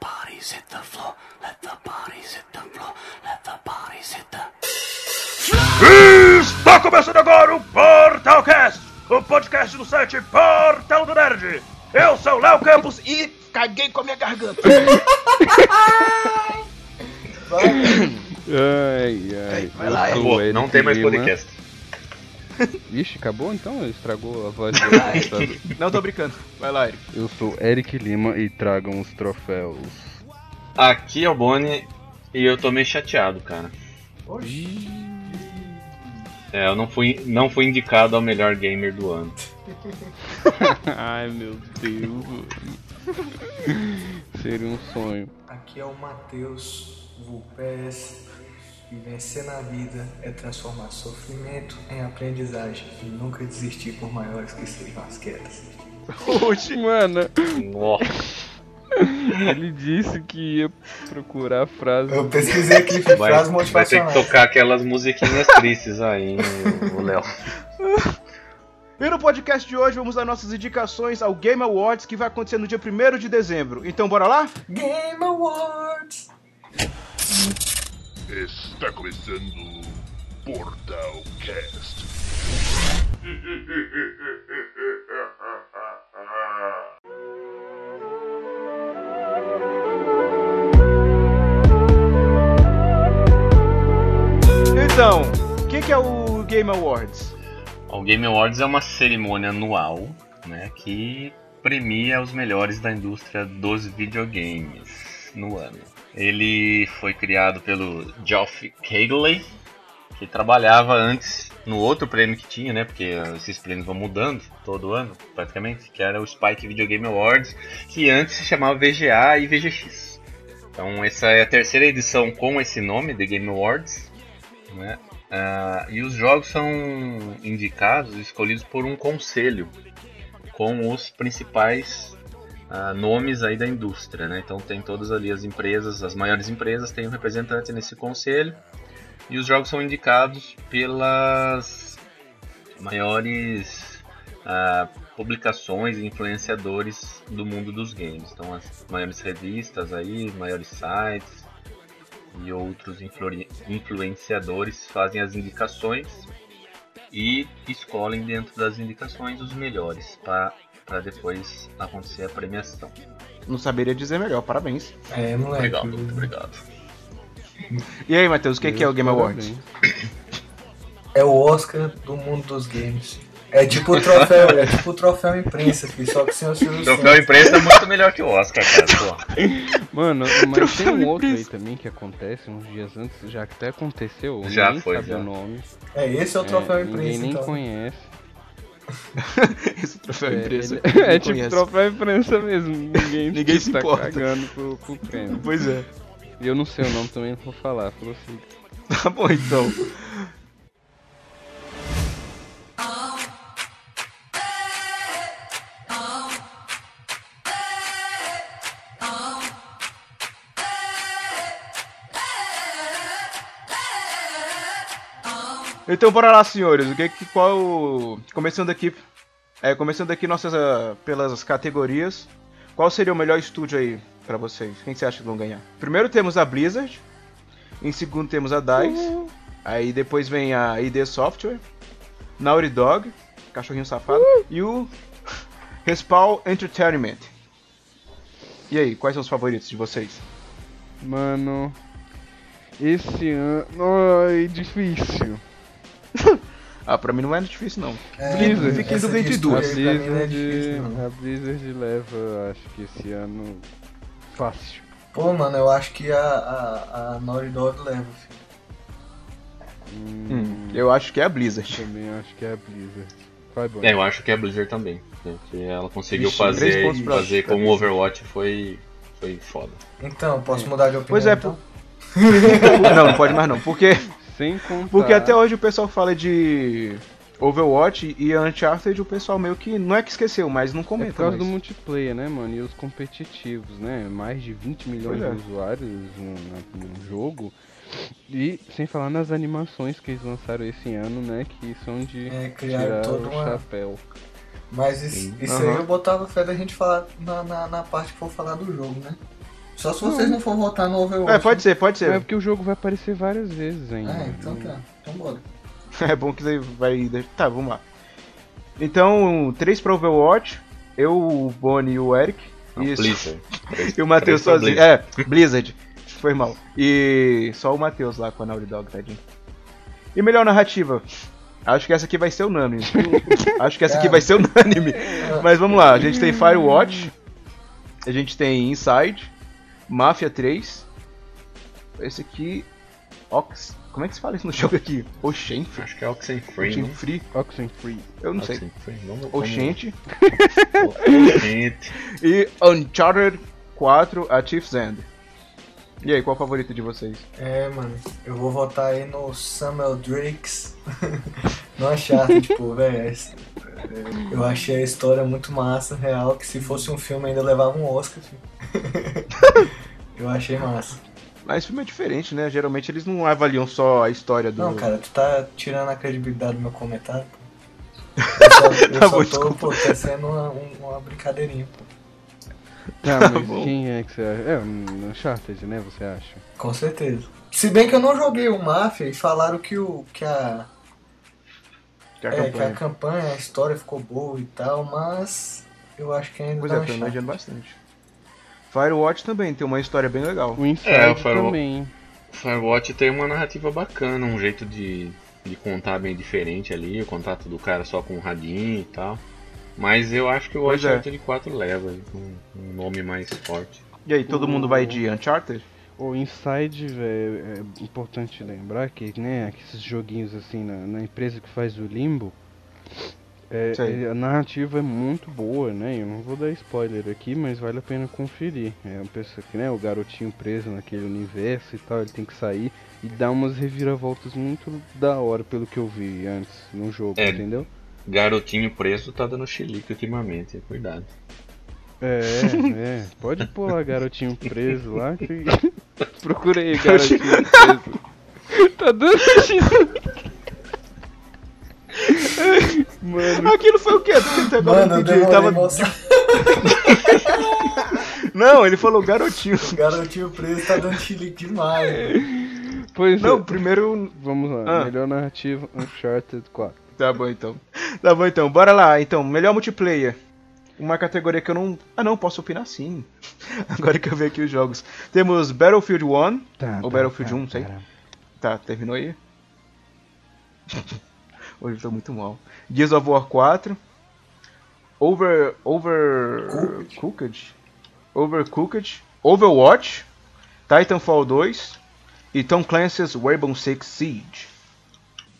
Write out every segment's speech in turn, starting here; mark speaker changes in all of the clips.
Speaker 1: bodies hit the floor. Let the bodies hit the floor. Let the bodies hit the.
Speaker 2: Está Tá começando agora o Portalcast, o podcast do site Portal do Nerd. Eu sou o Léo Campos e caguei com a minha garganta.
Speaker 3: Ai, ai.
Speaker 4: Vai lá,
Speaker 3: eu sou
Speaker 4: acabou.
Speaker 3: o Eric
Speaker 4: Não tem mais
Speaker 3: Lima.
Speaker 4: podcast.
Speaker 3: Ixi, acabou então? Estragou a voz do computador.
Speaker 5: Não, tô brincando. Vai lá, Eric.
Speaker 3: Eu sou Eric Lima e tragam os troféus.
Speaker 4: Aqui é o Boni e eu tô meio chateado, cara. É, eu não fui, não fui indicado ao melhor gamer do ano.
Speaker 3: Ai meu Deus. Seria um sonho.
Speaker 6: Aqui é o Matheus Vulpes. E vencer na vida é transformar sofrimento em aprendizagem e nunca desistir por maiores que sejam as quedas.
Speaker 3: Mano,
Speaker 4: Nossa,
Speaker 3: ele disse que ia procurar a frase.
Speaker 6: Eu pesquisei aqui frases
Speaker 4: vai, vai ter que
Speaker 6: motivacionais.
Speaker 4: tocar aquelas musiquinhas tristes aí, hein, o Léo.
Speaker 5: E no podcast de hoje vamos dar nossas indicações ao Game Awards que vai acontecer no dia 1 de dezembro. Então bora lá?
Speaker 6: Game Awards!
Speaker 2: Está começando o Portalcast.
Speaker 5: Então, o que, que é o Game Awards?
Speaker 4: O Game Awards é uma cerimônia anual, né, que premia os melhores da indústria dos videogames no ano. Ele foi criado pelo Geoff Keighley, que trabalhava antes no outro prêmio que tinha, né, porque esses prêmios vão mudando todo ano, praticamente, que era o Spike Video Game Awards, que antes se chamava VGA e VGX. Então essa é a terceira edição com esse nome, The Game Awards, né, ah, e os jogos são indicados, escolhidos por um conselho com os principais ah, nomes aí da indústria, né? Então tem todas ali as empresas, as maiores empresas têm um representante nesse conselho e os jogos são indicados pelas maiores ah, publicações e influenciadores do mundo dos games. Então as maiores revistas aí, maiores sites, e outros influen- influenciadores fazem as indicações e escolhem dentro das indicações os melhores para depois acontecer a premiação.
Speaker 5: Não saberia dizer melhor, parabéns.
Speaker 6: É, moleque.
Speaker 4: Obrigado, muito obrigado.
Speaker 5: E aí, Matheus, o que, que é o Game Awards?
Speaker 6: É o Oscar do mundo dos games. É tipo o troféu, é tipo o troféu imprensa aqui, só que sem o Silvio
Speaker 4: Troféu
Speaker 6: Santos.
Speaker 4: imprensa é muito melhor que o Oscar, cara. pô.
Speaker 3: Mano, mas tem um outro aí também que acontece uns dias antes, já que até aconteceu. eu
Speaker 4: Já
Speaker 3: nem
Speaker 4: foi,
Speaker 3: sabe
Speaker 4: já.
Speaker 3: o nome.
Speaker 6: É, esse é o troféu
Speaker 3: É,
Speaker 6: imprensa,
Speaker 3: ninguém nem
Speaker 6: então.
Speaker 3: conhece.
Speaker 5: Esse troféu é, empresa.
Speaker 3: ele- é
Speaker 5: ninguém
Speaker 3: tipo
Speaker 5: conhece.
Speaker 3: troféu imprensa mesmo. Ninguém,
Speaker 5: Ninguém se
Speaker 3: tá
Speaker 5: importa.
Speaker 3: cagando pro, pro prêmio.
Speaker 5: Pois é.
Speaker 3: E eu não sei o nome também, não vou falar. Falou assim.
Speaker 5: Tá bom então. Então bora lá, senhores. O que que qual começando aqui, é, começando aqui nossas ah, pelas categorias. Qual seria o melhor estúdio aí pra vocês? Quem que você acha que vão ganhar? Primeiro temos a Blizzard, em segundo temos a DICE. Aí depois vem a ID Software, Naughty Dog, Cachorrinho Safado, e o Respawn Entertainment. E aí, quais são os favoritos de vocês?
Speaker 3: Mano. Esse ano. Ai, difícil.
Speaker 5: Ah, pra mim não é difícil não.
Speaker 6: É,
Speaker 3: Blizzard.
Speaker 5: Fica em
Speaker 6: essa
Speaker 5: dúvida entre
Speaker 6: questão
Speaker 3: A
Speaker 5: duas.
Speaker 6: aí pra mim não é
Speaker 3: Blizzard,
Speaker 6: difícil, não.
Speaker 3: a Blizzard leva, acho que esse ano. Fácil.
Speaker 6: Pô, mano, eu acho que a, a, a Naughty Dog leva, filho.
Speaker 3: Hum,
Speaker 5: Eu acho que é a Blizzard.
Speaker 3: Também acho que é a Blizzard. Vai, bom.
Speaker 4: É, eu acho que é a Blizzard também. Porque ela conseguiu
Speaker 5: Vixe, três
Speaker 4: fazer,
Speaker 5: pontos pra-
Speaker 4: fazer
Speaker 5: pra
Speaker 4: como Overwatch foi, foi foda.
Speaker 6: Então, posso mudar de opinião?
Speaker 5: Pois é,
Speaker 6: então?
Speaker 5: não, não pode mais não, porque
Speaker 3: Sem contar.
Speaker 5: porque até hoje o pessoal fala de Overwatch e Uncharted, o pessoal meio que não é que esqueceu, mas não
Speaker 3: É
Speaker 5: comenta.
Speaker 3: por causa do
Speaker 5: mais.
Speaker 3: multiplayer, né, mano? E os competitivos, né? Mais de 20 milhões
Speaker 5: Pois é.
Speaker 3: de usuários no, na- no jogo. E sem falar nas animações que eles lançaram esse ano, né? Que são de
Speaker 6: É, criaram
Speaker 3: tirar
Speaker 6: toda
Speaker 3: o
Speaker 6: uma.
Speaker 3: chapéu.
Speaker 6: Mas isso, isso aí
Speaker 5: Aham.
Speaker 6: eu botava fé da gente falar na, na, na parte que for falar do jogo, né? Só se vocês não for votar no Overwatch.
Speaker 5: É, pode ser, pode
Speaker 3: É
Speaker 5: ser.
Speaker 3: porque o jogo vai aparecer várias vezes ainda. né?
Speaker 6: Ah, então tá. Então bora.
Speaker 5: É bom que daí vai. Tá, vamos lá. Então, 3 pra Overwatch. Eu, o Bonnie e o Eric.
Speaker 4: Não,
Speaker 5: e,
Speaker 4: Blizzard.
Speaker 5: e o Matheus
Speaker 4: Três pra
Speaker 5: sozinho. É, Blizzard. Foi mal. E só o Matheus lá com a Naughty Dog, tadinho. E melhor narrativa. Acho que essa aqui vai ser unânime. Acho que essa aqui vai ser unânime. Mas vamos lá, a gente tem Firewatch, a gente tem Inside, Mafia 3, esse aqui. Ox. Como é que se fala isso no jogo aqui? Oxente?
Speaker 4: Acho que é Oxenfree,
Speaker 5: Oxen
Speaker 4: né?
Speaker 5: Free?
Speaker 3: Oxenfree.
Speaker 5: Eu não sei.
Speaker 4: Oxenfree, vamos... vamos-
Speaker 5: Oxente.
Speaker 4: Oxente.
Speaker 5: E Uncharted 4, a Chief's End. E aí, qual é o favorito de vocês?
Speaker 6: É, mano. Eu vou votar aí no Samuel Drakes. no Uncharted, pô, velho. Eu achei a história muito massa, real, que se fosse um filme ainda levava um Oscar, filho. Eu achei massa.
Speaker 5: Mas esse filme é diferente, né? Geralmente eles não avaliam só a história do.
Speaker 6: Não, cara, tu tá tirando a credibilidade do meu comentário, pô. Eu só, eu
Speaker 5: Tá
Speaker 6: só
Speaker 5: bom,
Speaker 6: tô,
Speaker 5: desculpa.
Speaker 6: pô, tecendo uma, um- uma brincadeirinha, pô.
Speaker 3: Tá, mas
Speaker 5: bom.
Speaker 3: quem é que você acha? É, um Uncharted, né? Você acha?
Speaker 6: Com certeza. Se bem que eu não joguei o Mafia e falaram que, o, que, a,
Speaker 5: Que é a
Speaker 6: é, que a
Speaker 5: campanha.
Speaker 6: campanha, a história ficou boa e tal, mas eu acho que ainda
Speaker 5: Pois
Speaker 6: tá
Speaker 5: é,
Speaker 6: um
Speaker 5: foi
Speaker 6: chato.
Speaker 5: elogiando bastante. Firewatch também tem uma história bem legal.
Speaker 3: O Inside
Speaker 4: É, eu falo-
Speaker 3: também.
Speaker 4: Firewatch tem uma narrativa bacana, um jeito de, de contar bem diferente ali, o contato do cara só com o radinho e tal. Mas eu acho que o
Speaker 5: Pois é.
Speaker 4: Uncharted 4 leva um, um nome mais forte.
Speaker 5: E aí, todo
Speaker 3: O-
Speaker 5: mundo vai de Uncharted?
Speaker 3: O Inside, velho, é importante lembrar que, né, que esses joguinhos assim, na, na empresa que faz o Limbo, é,
Speaker 5: Sei.
Speaker 3: ele- a narrativa é muito boa, né? Eu não vou dar spoiler aqui, mas vale a pena conferir. É uma pessoa que, né, o garotinho preso naquele universo e tal, ele tem que sair e dá umas reviravoltas muito da hora, pelo que eu vi antes no jogo,
Speaker 4: É.
Speaker 3: entendeu?
Speaker 4: Garotinho preso tá dando chilique ultimamente, cuidado.
Speaker 3: É, é. Pode pôr lá garotinho preso lá que. Procura aí, garotinho preso. tá dando Mano,
Speaker 5: Aquilo foi o quê? Porque agora
Speaker 6: Mano,
Speaker 5: eu
Speaker 6: eu
Speaker 5: entendi, ele
Speaker 6: demorei
Speaker 5: tava-
Speaker 6: emoção.
Speaker 5: Não, ele falou garotinho.
Speaker 6: O garotinho preso tá dando chilique demais. velho.
Speaker 3: pois é.
Speaker 5: Não, primeiro.
Speaker 3: Vamos lá,
Speaker 5: Ah.
Speaker 3: melhor narrativa Uncharted 4.
Speaker 5: Tá bom então. Tá bom então, bora lá. Então, melhor multiplayer. Uma categoria que eu não. Ah não, posso opinar sim. Agora que eu vi aqui os jogos. Temos Battlefield 1.
Speaker 3: Tá,
Speaker 5: Ou Battlefield 1, sei. Tá, terminou aí? Hoje eu tô muito mal. Gears of War 4. Over. Over. Cooked? Overcooked. Overwatch. Titanfall 2. E Tom Clancy's Rainbow Six Siege.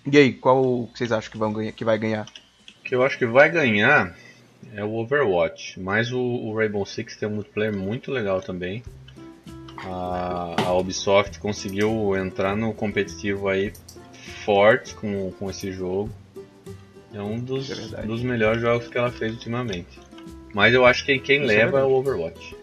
Speaker 5: E aí, qual que vocês acham que, vão ganhar, que vai ganhar?
Speaker 4: O que eu acho que vai ganhar é o Overwatch, mas o, o Rainbow Six tem um multiplayer muito legal também. A, a Ubisoft conseguiu entrar no competitivo aí forte com, com esse jogo. É um dos,
Speaker 5: É verdade.
Speaker 4: dos melhores jogos que ela fez ultimamente. Mas eu acho que quem
Speaker 5: Isso é
Speaker 4: leva é,
Speaker 5: verdade.
Speaker 4: o Overwatch.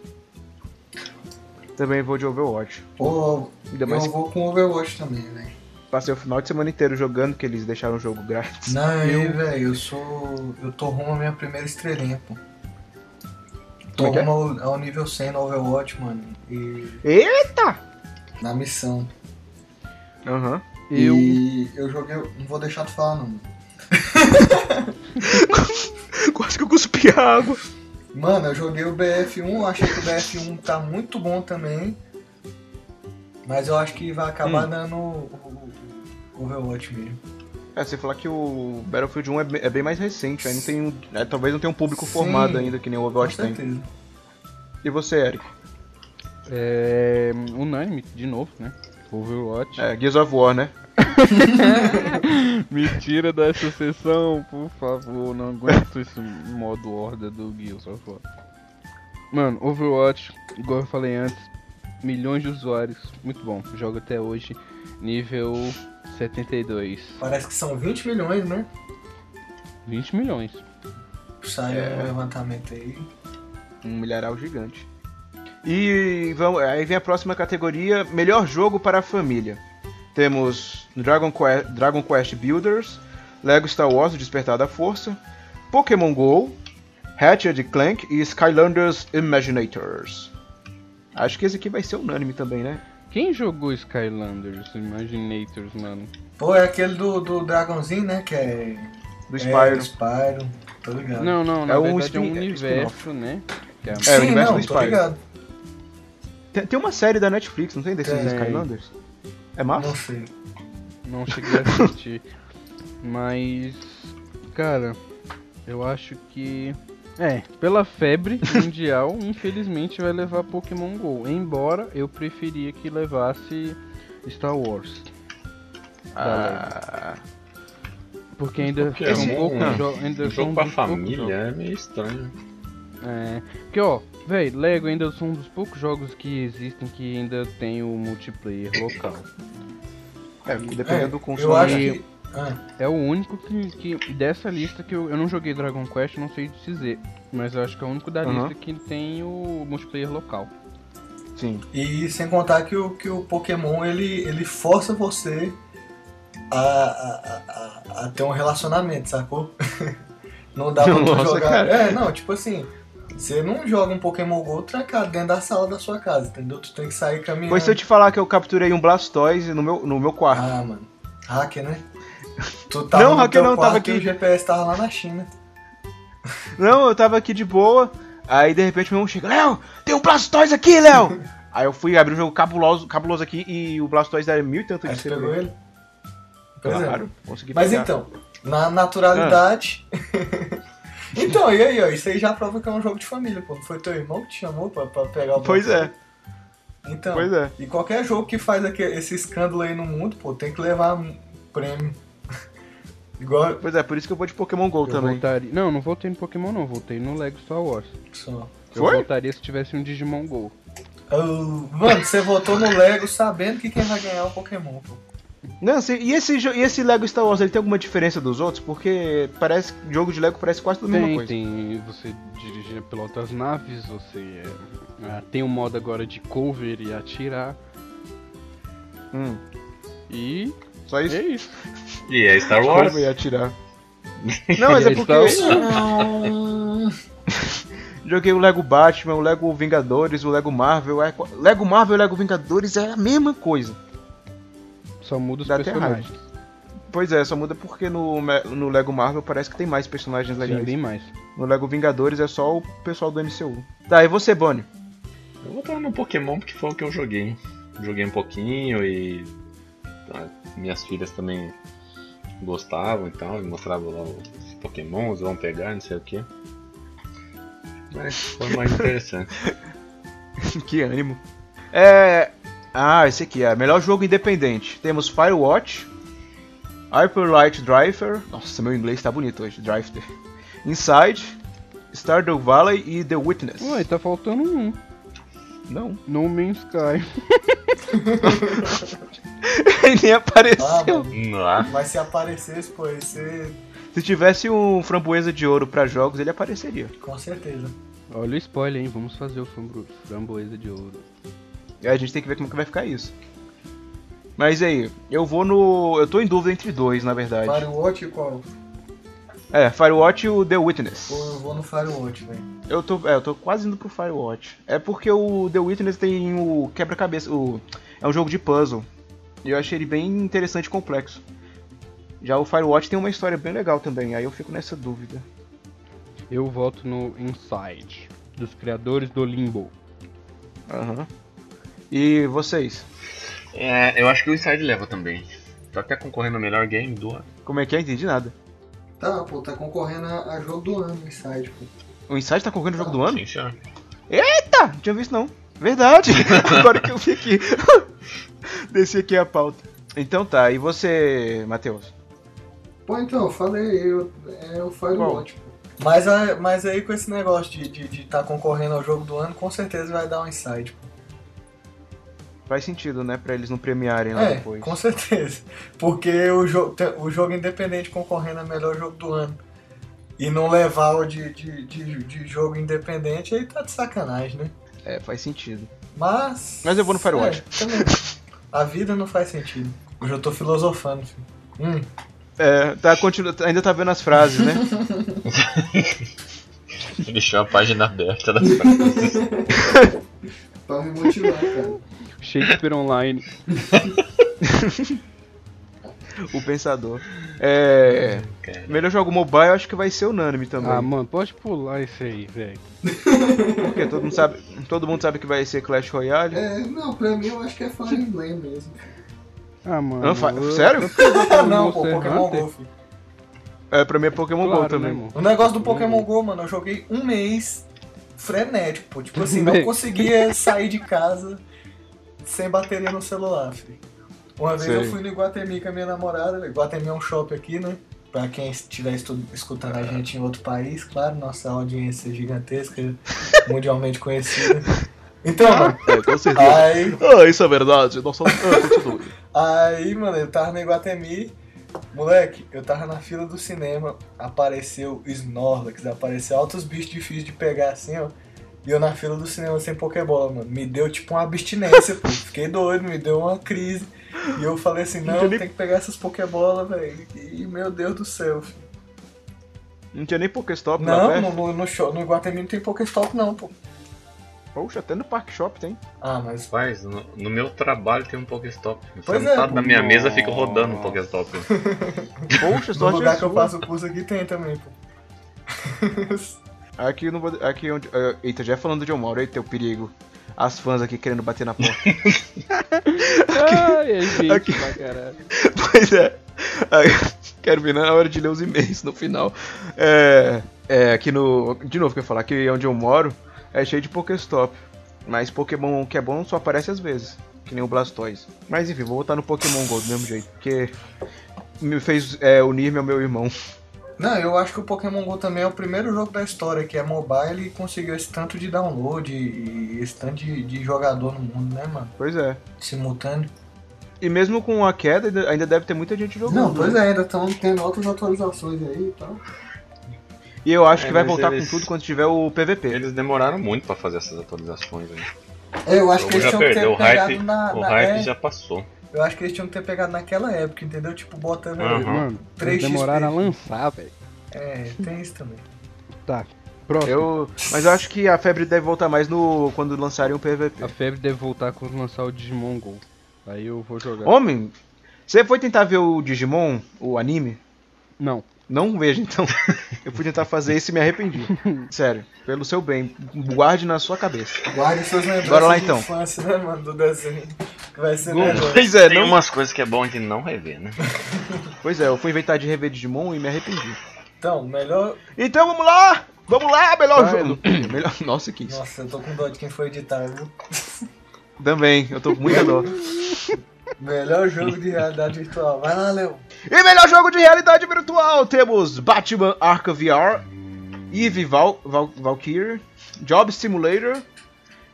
Speaker 5: Também vou de Overwatch.
Speaker 6: Pô,
Speaker 5: Ainda mais
Speaker 6: eu vou com Overwatch também, né? velho.
Speaker 5: Passei o final de semana inteiro jogando, que eles deixaram o jogo grátis.
Speaker 6: Não, eu, velho, eu sou. Eu tô rumo à minha primeira estrelinha, pô. Tô
Speaker 5: Como é que é?
Speaker 6: rumo ao, ao nível 100 no Overwatch, mano. E
Speaker 5: Eita!
Speaker 6: na missão.
Speaker 5: Aham.
Speaker 3: Eu.
Speaker 6: E eu joguei. Não vou deixar tu falar, não.
Speaker 5: Quase que eu cuspi água.
Speaker 6: Mano, eu joguei o BF1, achei que o BF1 tá muito bom também. Mas eu acho que vai
Speaker 5: Hum.
Speaker 6: acabar dando o, o- o Overwatch mesmo.
Speaker 5: É, você falar que o Battlefield 1 é be- é bem mais recente, aí não tem um, é, talvez não tenha um público
Speaker 6: Sim,
Speaker 5: formado ainda que nem o
Speaker 6: Com
Speaker 5: Overwatch tem.
Speaker 6: certeza.
Speaker 5: E você, Eric?
Speaker 3: É. Unânime, de novo, né? Overwatch.
Speaker 5: É, Gears of War, né?
Speaker 3: Me tira dessa sessão, por favor. Não aguento esse modo horda do Gil, só for. Mano, Overwatch, igual eu falei antes, milhões de usuários, muito bom. Jogo até hoje, nível 72.
Speaker 6: Parece que são 20 milhões, né?
Speaker 3: 20 milhões.
Speaker 6: Saiu
Speaker 5: É.
Speaker 6: um levantamento aí.
Speaker 5: Um milharal gigante. E vamos, aí vem a próxima categoria, melhor jogo para a família. Temos Dragon Quest, Dragon Quest Builders, Lego Star Wars: O Despertar da Força, Pokémon Go, Ratchet Clank e Skylanders Imaginators. Acho que esse aqui vai ser unânime também, né?
Speaker 3: Quem jogou Skylanders, Imaginators, mano?
Speaker 6: Pô, é aquele do, do dragãozinho, né? Que é.
Speaker 5: Do
Speaker 6: é,
Speaker 5: Spyro.
Speaker 6: do Spyro. Tô ligado.
Speaker 3: Não, não, na
Speaker 5: É um
Speaker 3: verdade é
Speaker 5: spin-
Speaker 3: um
Speaker 5: é
Speaker 3: universo, né? Que é-
Speaker 5: É, o
Speaker 6: Sim,
Speaker 5: universo
Speaker 6: não,
Speaker 5: do
Speaker 6: tô
Speaker 5: Spyro.
Speaker 6: ligado.
Speaker 5: Tem, tem uma série da Netflix, não tem desses
Speaker 6: Tem.
Speaker 5: Skylanders? É massa?
Speaker 6: Não sei.
Speaker 3: Não cheguei a assistir. Mas. Cara, eu acho que. É, pela febre mundial, infelizmente vai levar Pokémon GO. Embora eu preferia que levasse Star Wars.
Speaker 5: Ah,
Speaker 3: Porque ainda
Speaker 4: Pokémon,
Speaker 3: são poucos
Speaker 4: né?
Speaker 3: jo- ainda
Speaker 4: Um jogo
Speaker 3: são
Speaker 4: pra
Speaker 3: dos poucos jogos.
Speaker 4: família é meio estranho.
Speaker 3: É, porque ó, véi, Lego ainda são um dos poucos jogos que existem que ainda tem o multiplayer local.
Speaker 5: é, porque dependendo
Speaker 6: É,
Speaker 5: do
Speaker 6: Eu
Speaker 5: console.
Speaker 6: acho
Speaker 5: né?
Speaker 6: que. Ah,
Speaker 3: É o único que, que- dessa lista que eu, eu não joguei Dragon Quest, não sei dizer. Mas eu acho que é o único da
Speaker 5: Aham.
Speaker 3: lista que tem o multiplayer local.
Speaker 5: Sim.
Speaker 6: e sem contar que o, que o Pokémon ele, ele força você a, a, a, a ter um relacionamento, sacou? não dá pra tu
Speaker 5: Nossa,
Speaker 6: jogar.
Speaker 5: cara.
Speaker 6: É, não, tipo assim. Você não joga um Pokémon Go trancado dentro da sala da sua casa, entendeu? Tu tem que sair caminhando.
Speaker 5: Pois se eu te falar que eu capturei um Blastoise no meu, no meu quarto.
Speaker 6: Ah, mano. Hacker, né? Tu
Speaker 5: Não,
Speaker 6: no
Speaker 5: hacker
Speaker 6: teu
Speaker 5: não, tava
Speaker 6: quarto e
Speaker 5: aqui.
Speaker 6: O GPS tava lá na China. Ah.
Speaker 5: Não, eu tava aqui de boa, aí de repente meu irmão chega, Léo, tem um Blastoise aqui, Léo! aí eu fui abrir um jogo cabuloso, cabuloso aqui e o Blastoise era mil e tanto
Speaker 6: Aí
Speaker 5: de
Speaker 6: tu pegou
Speaker 5: CP.
Speaker 6: ele? Pois é.
Speaker 5: Claro, consegui
Speaker 6: Mas
Speaker 5: pegar.
Speaker 6: então, na naturalidade. então, e aí, ó, isso aí já prova que é um jogo de família, pô. Não Foi teu irmão que te chamou pra, pra pegar o
Speaker 5: Pois é,
Speaker 6: Blastoise? Então,
Speaker 5: pois é.
Speaker 6: e qualquer jogo que faz aque- esse escândalo aí no mundo, pô, tem que levar um prêmio. Igual.
Speaker 5: Pois é, por isso que eu vou de Pokémon GO
Speaker 3: Eu
Speaker 5: também.
Speaker 3: voltaria. Não, não voltei no Pokémon não, voltei no Lego Star Wars.
Speaker 6: Só.
Speaker 3: Eu
Speaker 5: Foi?
Speaker 3: voltaria se tivesse um Digimon GO.
Speaker 6: Oh, mano, você votou no Lego sabendo que quem vai ganhar é o Pokémon, pô.
Speaker 5: Não, assim, e esse, jo- e esse Lego Star Wars, ele tem alguma diferença dos outros? Porque parece jogo de Lego parece quase tudo a mesma
Speaker 3: Tem,
Speaker 5: coisa.
Speaker 3: tem. Você dirige pilota as naves, você é, ah, tem um modo agora de cover e atirar.
Speaker 5: Hum,
Speaker 3: E
Speaker 5: só isso?
Speaker 3: é isso.
Speaker 4: E é Star Wars.
Speaker 5: Como ia atirar? Não, mas é
Speaker 3: Ele
Speaker 5: porque
Speaker 3: está-
Speaker 5: eu joguei o Lego Batman, o Lego Vingadores, o Lego Marvel. é- Lego Marvel e Lego Vingadores é a mesma coisa.
Speaker 3: Só muda os
Speaker 5: Dá até
Speaker 3: personagens.
Speaker 5: Pois é, só muda porque no, Me- no Lego Marvel parece que tem mais personagens
Speaker 3: Já
Speaker 5: legais.
Speaker 3: tem mais.
Speaker 5: No Lego Vingadores é só o pessoal do MCU. Tá, e você, Bonnie?
Speaker 4: Eu vou estar no Pokémon porque foi o que eu joguei. Joguei um pouquinho e ah, minhas filhas também gostavam e tal, e mostravam lá os Pokémons, vão pegar, não sei o que. Mas foi mais interessante.
Speaker 5: que ânimo. É. Ah, esse aqui é. Melhor jogo independente. Temos Firewatch, Hyper Light Driver. Nossa, meu inglês tá bonito hoje. Drifter. Inside, Stardew Valley e The Witness.
Speaker 3: Ué, tá faltando um.
Speaker 5: Não.
Speaker 3: No Man's Sky.
Speaker 5: Ele nem
Speaker 6: Ah,
Speaker 5: apareceu.
Speaker 6: mano.
Speaker 4: Lá,
Speaker 6: Mas se aparecesse, pô, ia ser
Speaker 5: Se tivesse um framboesa de ouro pra jogos, ele apareceria.
Speaker 6: com certeza.
Speaker 3: Olha o spoiler, hein? Vamos fazer o frambro- framboesa de ouro.
Speaker 5: E a gente tem que ver como que vai ficar isso. Mas aí, eu vou no. Eu tô em dúvida entre dois, na verdade.
Speaker 6: Firewatch qual?
Speaker 5: É, Firewatch e o The Witness.
Speaker 6: Pô, eu vou no Firewatch, velho.
Speaker 5: Eu tô, é, eu tô quase indo pro Firewatch. É porque o The Witness tem o quebra-cabeça. O, é um jogo de puzzle. E eu achei ele bem interessante e complexo. Já o Firewatch tem uma história bem legal também, aí eu fico nessa dúvida.
Speaker 3: Eu voto no Inside, dos criadores do Limbo.
Speaker 5: Aham. E vocês?
Speaker 4: é, eu acho que o Inside leva também. Tô até concorrendo ao melhor game do ano.
Speaker 5: Como é que é? Entendi nada.
Speaker 6: Tá, pô, tá concorrendo a, a jogo do ano esse site, pô.
Speaker 5: O Inside tá concorrendo no jogo do ano?
Speaker 4: Sim, senhor.
Speaker 5: Tá, não tinha visto não. Verdade. Agora que eu vi aqui. Desci aqui a pauta. Então tá, e você, Matheus?
Speaker 6: Pô, então, eu falei, eu, é o Firewatch, pô. Mas, a- mas aí com esse negócio de estar de, de tá concorrendo ao jogo do ano, com certeza vai dar um insight, pô.
Speaker 5: Faz sentido, né, pra eles não premiarem lá
Speaker 6: É,
Speaker 5: depois.
Speaker 6: com certeza. Porque o, jogo tem- o jogo independente concorrendo a melhor jogo do ano e não levar o de, de, de, de jogo independente, aí tá de sacanagem, né?
Speaker 5: É, faz sentido.
Speaker 6: Mas.
Speaker 5: Mas eu vou no Firewatch.
Speaker 6: É, também. A vida não faz sentido. Hoje eu tô filosofando. Filho. Hum,
Speaker 5: É, tá, continua, ainda tá vendo as frases, né?
Speaker 4: Deixou a página aberta da frase.
Speaker 6: Pra me motivar, cara.
Speaker 3: Shakespeare Online.
Speaker 5: O Pensador. É.
Speaker 4: Cara.
Speaker 5: Melhor jogo mobile eu acho que vai ser unânime também.
Speaker 3: Ah, mano, pode pular isso aí, velho.
Speaker 5: porque todo mundo, sabe, todo mundo sabe que vai ser Clash Royale.
Speaker 6: É, não, pra mim eu acho que é Fire Emblem mesmo.
Speaker 3: Ah, mano.
Speaker 5: Não, fa-
Speaker 3: eu-
Speaker 5: sério?
Speaker 3: Pokémon
Speaker 6: É não, pô,
Speaker 3: Monster
Speaker 6: Pokémon
Speaker 3: Hunter?
Speaker 6: Go, filho.
Speaker 5: É, pra mim é Pokémon
Speaker 3: Claro,
Speaker 5: Go também.
Speaker 3: né, mano?
Speaker 6: O negócio do Pokémon Go, mano, eu joguei um mês frenético, pô. Tipo assim, não
Speaker 3: Bem.
Speaker 6: conseguia sair de casa sem bateria no celular, filho. Uma vez eu
Speaker 5: Sei.
Speaker 6: fui no Iguatemi com a minha namorada. Iguatemi é um shopping aqui, né? Pra quem estiver estu- escutando a gente em outro país, claro, nossa audiência é gigantesca, mundialmente conhecida. Então, mano,
Speaker 5: É, com certeza.
Speaker 6: aí
Speaker 5: Ah, isso é verdade. Nossa, ah, continue.
Speaker 6: Aí, mano, eu tava no Iguatemi, moleque, eu tava na fila do cinema, apareceu Snorlax, apareceu altos bichos difíceis de pegar assim, ó. E eu na fila do cinema sem Pokébola, mano. Me deu tipo uma abstinência, pô. Fiquei doido, me deu uma crise. E eu falei assim, não, tem que pegar essas Pokébolas, velho. E meu Deus do céu. filho.
Speaker 5: Não tinha nem Pokéstop lá
Speaker 6: Não,
Speaker 5: perto.
Speaker 6: no, no, no, show, no Iguatemi não tem Pokéstop não, pô.
Speaker 5: Poxa, até no Park Shop tem.
Speaker 6: Ah, mas.
Speaker 4: Rapaz, no, no meu trabalho tem um Pokéstop.
Speaker 6: Pois é.
Speaker 4: Sentado na minha mesa,
Speaker 5: Nossa.
Speaker 4: fico rodando um Pokéstop.
Speaker 5: Poxa,
Speaker 6: No
Speaker 5: sorte
Speaker 6: lugar
Speaker 5: é
Speaker 6: que eu
Speaker 5: sua.
Speaker 6: faço o curso aqui tem também, pô.
Speaker 5: Aqui eu não vou. Aqui onde. eh, Eita, já é falando de eu moro, eita, o perigo. As fãs aqui querendo bater na porta.
Speaker 3: Ai, é gente
Speaker 5: Aqui.
Speaker 3: pra caralho.
Speaker 5: pois é. Aí, Quero ver na hora de ler os e-mails no final. É. É, aqui no. De novo, que eu ia falar, aqui onde eu moro é cheio de Pokéstop. Mas Pokémon que é bom só aparece às vezes, que nem o Blastoise. Mas enfim, vou voltar no Pokémon Go do mesmo jeito, porque me fez é, unir-me ao meu irmão.
Speaker 6: Não, eu acho que o Pokémon GO também é o primeiro jogo da história que é mobile e conseguiu esse tanto de download e esse tanto de, de jogador no mundo, né, mano?
Speaker 5: Pois é.
Speaker 6: Simultâneo.
Speaker 5: E mesmo com a queda, ainda- ainda deve ter muita gente jogando. né?
Speaker 6: Não, pois é, ainda estão tendo outras atualizações aí e tal.
Speaker 5: E eu acho
Speaker 4: É,
Speaker 5: que vai
Speaker 4: mas
Speaker 5: voltar
Speaker 4: eles-
Speaker 5: com tudo quando tiver o PVP.
Speaker 4: Eles demoraram muito pra fazer essas atualizações. Né?
Speaker 6: É, eu acho
Speaker 4: O
Speaker 6: que
Speaker 4: jogo já
Speaker 6: eles tinham que
Speaker 4: perdeu,
Speaker 6: ter
Speaker 4: o hype,
Speaker 6: pegado na.
Speaker 4: o
Speaker 6: na-
Speaker 4: hype
Speaker 6: é,
Speaker 4: já passou.
Speaker 6: Eu acho que eles tinham que ter pegado naquela época, entendeu? Tipo, botando.
Speaker 4: Aham.
Speaker 3: Mano, eles
Speaker 6: 3xP.
Speaker 3: demoraram a lançar, velho.
Speaker 6: É, tem isso também.
Speaker 3: Tá, próximo.
Speaker 5: Eu, mas eu acho que a febre deve voltar mais no quando lançarem o
Speaker 3: A
Speaker 5: PVP.
Speaker 3: febre deve voltar quando lançar o Digimon Go. Aí eu vou jogar.
Speaker 5: É. Homem, você foi tentar ver o Digimon, o anime?
Speaker 3: Não.
Speaker 5: Não veja então. Eu fui tentar fazer isso e me arrependi. Sério, pelo seu bem, guarde na sua cabeça.
Speaker 6: Guarde suas lembranças
Speaker 5: Bora lá,
Speaker 6: de
Speaker 5: então.
Speaker 6: infância, né, mano, do desenho. Que vai ser
Speaker 4: Bom.
Speaker 6: melhor.
Speaker 5: Pois é,
Speaker 4: Tem
Speaker 5: não-
Speaker 4: umas coisas que é bom de não rever, né?
Speaker 5: Pois é, eu fui inventar de rever Digimon e me arrependi.
Speaker 6: Então, melhor.
Speaker 5: Então vamos lá! Vamos lá, melhor
Speaker 3: Vai,
Speaker 5: jogo. Melhor... Nossa, que isso.
Speaker 6: Nossa, eu tô com dó de quem foi editar, viu?
Speaker 5: Também, eu tô com muita dor.
Speaker 6: Melhor jogo de realidade virtual. Vai lá, Léo.
Speaker 5: E melhor jogo de realidade virtual, temos Batman Arkham VR, Eve Val Val Valkyrie, Job Simulator,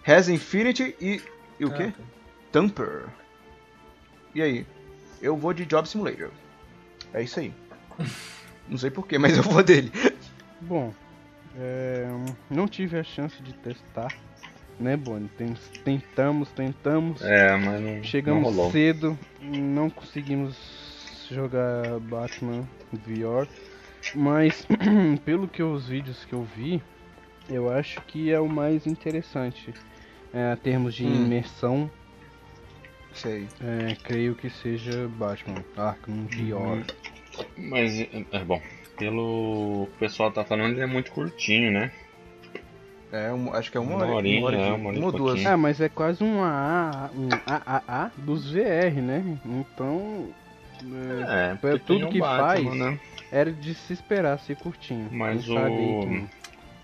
Speaker 5: Res Infinity e... e o quê? Tamper. E aí? Eu vou de Job Simulator. É isso aí. Não sei porquê, mas eu vou dele.
Speaker 3: Bom, é, não tive a chance de testar, né, Bonnie? Tem- Tentamos, tentamos.
Speaker 4: É, mas não, não
Speaker 3: Chegamos
Speaker 4: rolou.
Speaker 3: cedo, não conseguimos jogar Batman VR, mas pelo que os vídeos que eu vi, eu acho que é o mais interessante. É, em termos de
Speaker 5: Hum.
Speaker 3: imersão,
Speaker 5: Sei.
Speaker 3: é, creio que seja Batman Arkham
Speaker 4: Uhum.
Speaker 3: VR.
Speaker 4: Mas, é bom, pelo que o pessoal tá falando, ele é muito curtinho, né?
Speaker 5: É, um- acho que é uma,
Speaker 4: Uma
Speaker 5: hora.
Speaker 4: horinha,
Speaker 5: e-
Speaker 4: é, uma
Speaker 5: uma,
Speaker 4: hora e
Speaker 5: ou duas.
Speaker 4: pouquinho.
Speaker 3: Ah, mas é quase um AA, um AAA dos VR, né? Então, é,
Speaker 4: É,
Speaker 3: Pra
Speaker 4: porque
Speaker 3: tudo
Speaker 4: tem o
Speaker 3: que
Speaker 4: Batman,
Speaker 3: faz,
Speaker 4: né?
Speaker 3: era É de se esperar ser curtinho.
Speaker 4: Mas
Speaker 3: Eu sabia
Speaker 4: o-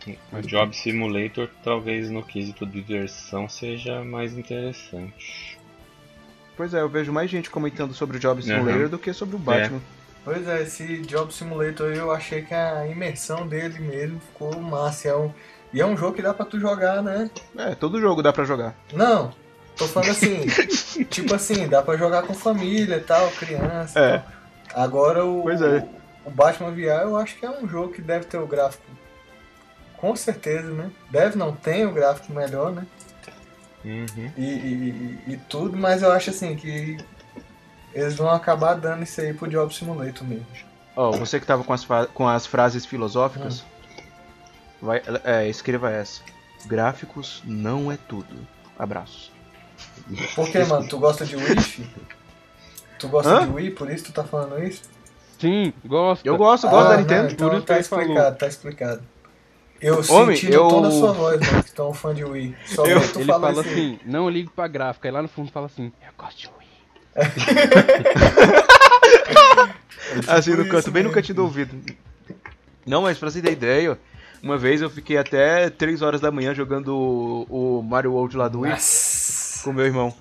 Speaker 3: que-
Speaker 4: O Job Simulator, talvez no quesito de diversão, seja mais interessante.
Speaker 5: Pois é, eu vejo mais gente comentando sobre o Job Simulator
Speaker 4: Aham.
Speaker 5: do que sobre o Batman.
Speaker 6: Pois é, esse Job Simulator aí, eu achei que a imersão dele mesmo ficou massa. É um- E é um jogo que dá pra tu jogar, né?
Speaker 5: é todo jogo dá pra jogar.
Speaker 6: Não, tô falando assim, tipo assim, dá pra jogar com família e tal, criança. e
Speaker 5: É.
Speaker 6: tal. Agora o,
Speaker 5: Pois é.
Speaker 6: o Batman VR eu acho que é um jogo que deve ter o gráfico. Com certeza, né? Deve não tem o gráfico melhor, né?
Speaker 4: Uhum.
Speaker 6: e, e- e- e tudo, mas eu acho assim que eles vão acabar dando isso aí pro Job Simulator mesmo.
Speaker 5: Ó, você que tava com as, fa- com as frases
Speaker 6: Ah.
Speaker 5: filosóficas, vai, é, escreva essa. Gráficos não é tudo. Abraços.
Speaker 6: Por que, mano? Tu gosta de Wii? filho? Tu gosta
Speaker 5: Hã?
Speaker 6: de Wii, por isso tu tá falando isso?
Speaker 3: Sim, gosto.
Speaker 5: Eu gosto, gosto da
Speaker 6: Ah, não,
Speaker 5: Nintendo.
Speaker 6: então
Speaker 3: por isso
Speaker 6: tá
Speaker 3: que ele falou.
Speaker 6: explicado, tá explicado. Eu
Speaker 5: Homem,
Speaker 6: senti
Speaker 5: eu-
Speaker 6: no tom da sua voz, mano, que tu é um fã de Wii. Só
Speaker 5: Eu-
Speaker 6: eu... tu
Speaker 3: Ele
Speaker 6: fala
Speaker 3: fala
Speaker 6: isso. aí.
Speaker 3: assim, não ligue pra gráfica. Aí lá no fundo fala assim, eu gosto de Wii.
Speaker 5: Assim, no
Speaker 6: isso
Speaker 5: canto, bem no
Speaker 6: mesmo.
Speaker 5: cantinho do ouvido. Não, mas pra você ter ideia, uma vez eu fiquei até 3 horas da manhã jogando o, o Mario World lá do Wii
Speaker 6: Nossa.
Speaker 5: com meu irmão.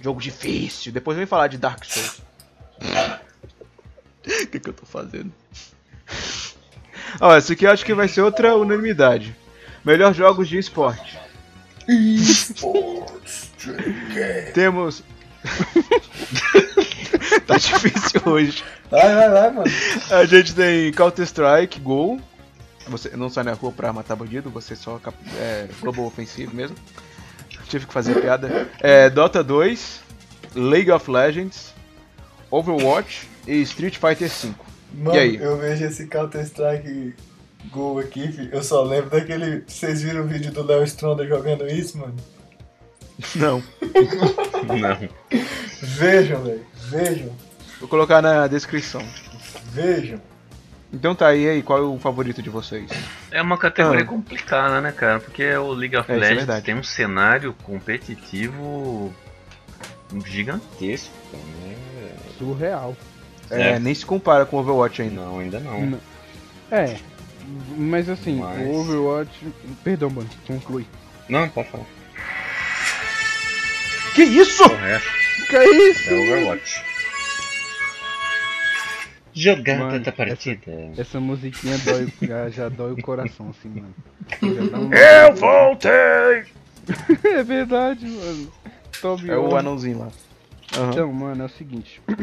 Speaker 5: Jogo difícil. Depois vem falar de Dark Souls. O que, que eu tô fazendo? Ó, esse aqui eu acho que vai ser outra unanimidade. Melhor jogos de esporte. Temos. tá difícil hoje.
Speaker 6: Vai, vai, vai, mano.
Speaker 5: A gente tem Counter-Strike, Gol. Você não sai na rua pra matar bandido, você só cap- é global ofensivo mesmo. Tive que fazer a piada. É, Dota 2, League of Legends, Overwatch e Street Fighter V.
Speaker 6: Mano,
Speaker 5: E aí?
Speaker 6: eu vejo esse Counter-Strike gol aqui, filho. eu só lembro daquele. Vocês viram o vídeo do Léo Stronda jogando isso, mano?
Speaker 5: Não.
Speaker 4: Não.
Speaker 6: Vejam, velho. Vejam.
Speaker 5: Vou colocar na descrição.
Speaker 6: Vejam.
Speaker 5: Então tá aí, aí, qual é o favorito de vocês?
Speaker 4: É uma categoria
Speaker 5: Ah.
Speaker 4: complicada, né, cara? Porque o League of
Speaker 5: É, isso é
Speaker 4: Legends
Speaker 5: verdade.
Speaker 4: tem um cenário competitivo gigantesco. Né?
Speaker 3: Surreal.
Speaker 5: É,
Speaker 4: É.
Speaker 5: nem se compara com Overwatch ainda.
Speaker 4: Não, ainda não.
Speaker 3: Não. É. Mas assim,
Speaker 4: Mas-
Speaker 3: o Overwatch. Perdão, mano, conclui.
Speaker 4: Não, pode falar.
Speaker 5: Que isso?
Speaker 4: Correto.
Speaker 3: Que isso?
Speaker 4: É Overwatch. Jogada
Speaker 3: Mano,
Speaker 4: da partida.
Speaker 3: Essa musiquinha dói, já, já dói o coração, assim, mano. Já dá um-
Speaker 2: Eu voltei!
Speaker 3: É verdade, mano. Sobe
Speaker 5: É o
Speaker 3: onda.
Speaker 5: anãozinho lá. Aham.
Speaker 3: Então, mano, é o seguinte.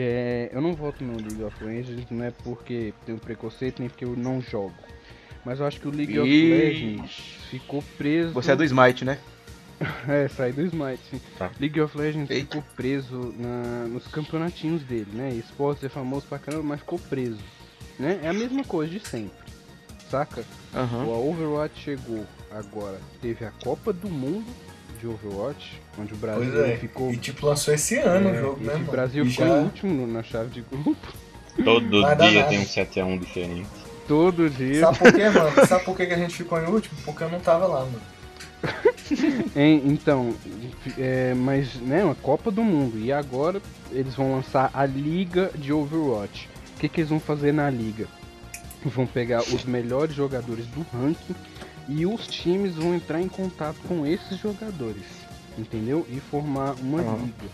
Speaker 3: É, eu não voto no League of Legends, não é porque tenho preconceito, nem porque eu não jogo. Mas eu acho que o League of
Speaker 5: Ixi.
Speaker 3: Legends ficou preso.
Speaker 5: Você é do Smite, né?
Speaker 3: É, saí do Smite, sim.
Speaker 4: Tá.
Speaker 3: League of Legends
Speaker 5: Eita.
Speaker 3: ficou preso na- nos campeonatinhos dele, né? Esportes é famoso pra caramba, mas ficou preso. Né? É a mesma coisa de sempre. Saca?
Speaker 5: Aham.
Speaker 3: O Overwatch chegou agora. Teve a Copa do Mundo de Overwatch, onde o
Speaker 6: Pois
Speaker 3: Brasil
Speaker 6: é.
Speaker 3: ficou.
Speaker 6: E tipo, lançou esse ano
Speaker 3: é,
Speaker 6: o jogo,
Speaker 3: e
Speaker 6: né,
Speaker 3: que
Speaker 6: mano?
Speaker 3: o Brasil
Speaker 6: e
Speaker 3: ficou
Speaker 6: já...
Speaker 3: em último na chave de grupo.
Speaker 4: Todo
Speaker 6: Vai dar
Speaker 4: dia
Speaker 6: nada.
Speaker 4: tem um 7x1 diferente.
Speaker 3: Todo dia.
Speaker 6: Sabe por quê, mano? Sabe por quê que a gente ficou em último? Porque eu não tava lá, mano.
Speaker 3: Hein, então, é, mas né, uma Copa do Mundo. E agora eles vão lançar a Liga de Overwatch. O que, que eles vão fazer na liga? Vão pegar os melhores jogadores do ranking e os times vão entrar em contato com esses jogadores, entendeu? E formar uma
Speaker 5: Ah.
Speaker 3: liga.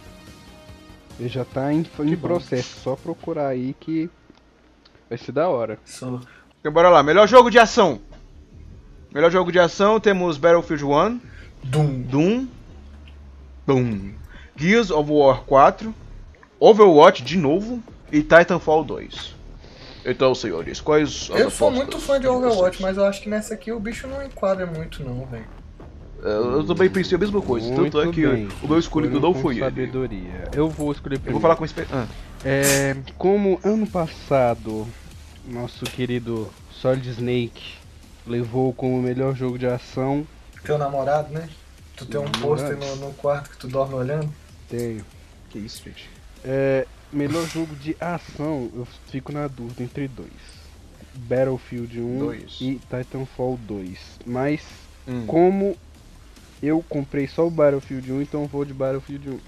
Speaker 3: Ele já tá em, em processo, só procurar aí que vai ser da hora.
Speaker 6: Sou.
Speaker 5: Então bora lá, melhor jogo de ação. Melhor jogo de ação temos Battlefield 1,
Speaker 6: Doom.
Speaker 5: Doom, Doom, Gears of War 4, Overwatch de novo e Titanfall 2. Então, senhores, quais as
Speaker 6: Eu sou
Speaker 5: apostas
Speaker 6: muito fã de
Speaker 5: vocês?
Speaker 6: Overwatch, mas eu acho que nessa aqui o bicho não enquadra muito, não, velho.
Speaker 5: É, Eu eu também pensei a mesma coisa, tanto é
Speaker 3: Muito
Speaker 5: que
Speaker 3: bem.
Speaker 5: o meu escolhido
Speaker 3: Escolham
Speaker 5: não
Speaker 3: com
Speaker 5: foi ele.
Speaker 3: sabedoria. Eu vou escolher
Speaker 5: Eu
Speaker 3: primeiro.
Speaker 5: vou falar com Ah, experiência.
Speaker 3: É, como ano passado nosso querido Solid Snake levou como melhor jogo de ação,
Speaker 6: Teu namorado, né? Tu tem um
Speaker 3: Namorado.
Speaker 6: pôster no, no quarto que tu dorme olhando.
Speaker 3: tenho.
Speaker 5: que isso, gente.
Speaker 3: É, melhor jogo de ação, eu fico na dúvida entre dois. Battlefield 1
Speaker 5: Dois.
Speaker 3: e Titanfall 2. Mas
Speaker 5: Hum.
Speaker 3: como eu comprei só o Battlefield 1, então eu vou de Battlefield 1.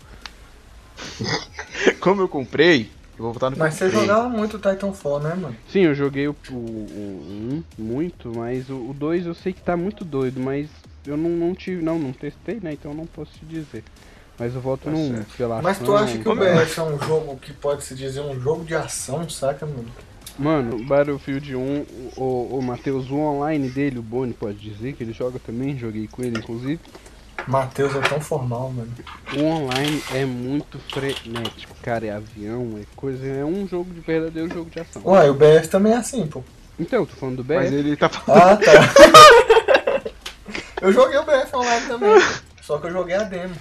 Speaker 5: Como eu comprei, eu vou votar no
Speaker 6: Mas você
Speaker 5: comprei.
Speaker 6: jogava muito Titanfall, né, mano?
Speaker 3: Sim, eu joguei o 1 muito, mas o 2 eu sei que tá muito doido, mas eu não, não tive, não, não testei, né? Então eu não posso te dizer. Mas eu voto
Speaker 5: Tá
Speaker 3: no 1,
Speaker 5: certo.
Speaker 3: pela
Speaker 6: Mas tu
Speaker 3: ação,
Speaker 6: acha que o BF é um jogo que pode se dizer um jogo de ação, saca, mano?
Speaker 3: Mano, Battlefield 1, o, o, o Matheus, o online dele, o Boni pode dizer que ele joga também, joguei com ele inclusive.
Speaker 6: Matheus é tão formal, mano.
Speaker 3: O online é muito frenético, cara, é avião, é coisa, é um jogo de verdadeiro jogo de ação.
Speaker 6: Ué, o BF também é assim, pô.
Speaker 3: Então, eu tô falando do BF.
Speaker 5: Mas ele tá falando.
Speaker 6: Ah, tá. eu joguei o BF online também. Só que eu joguei a demo.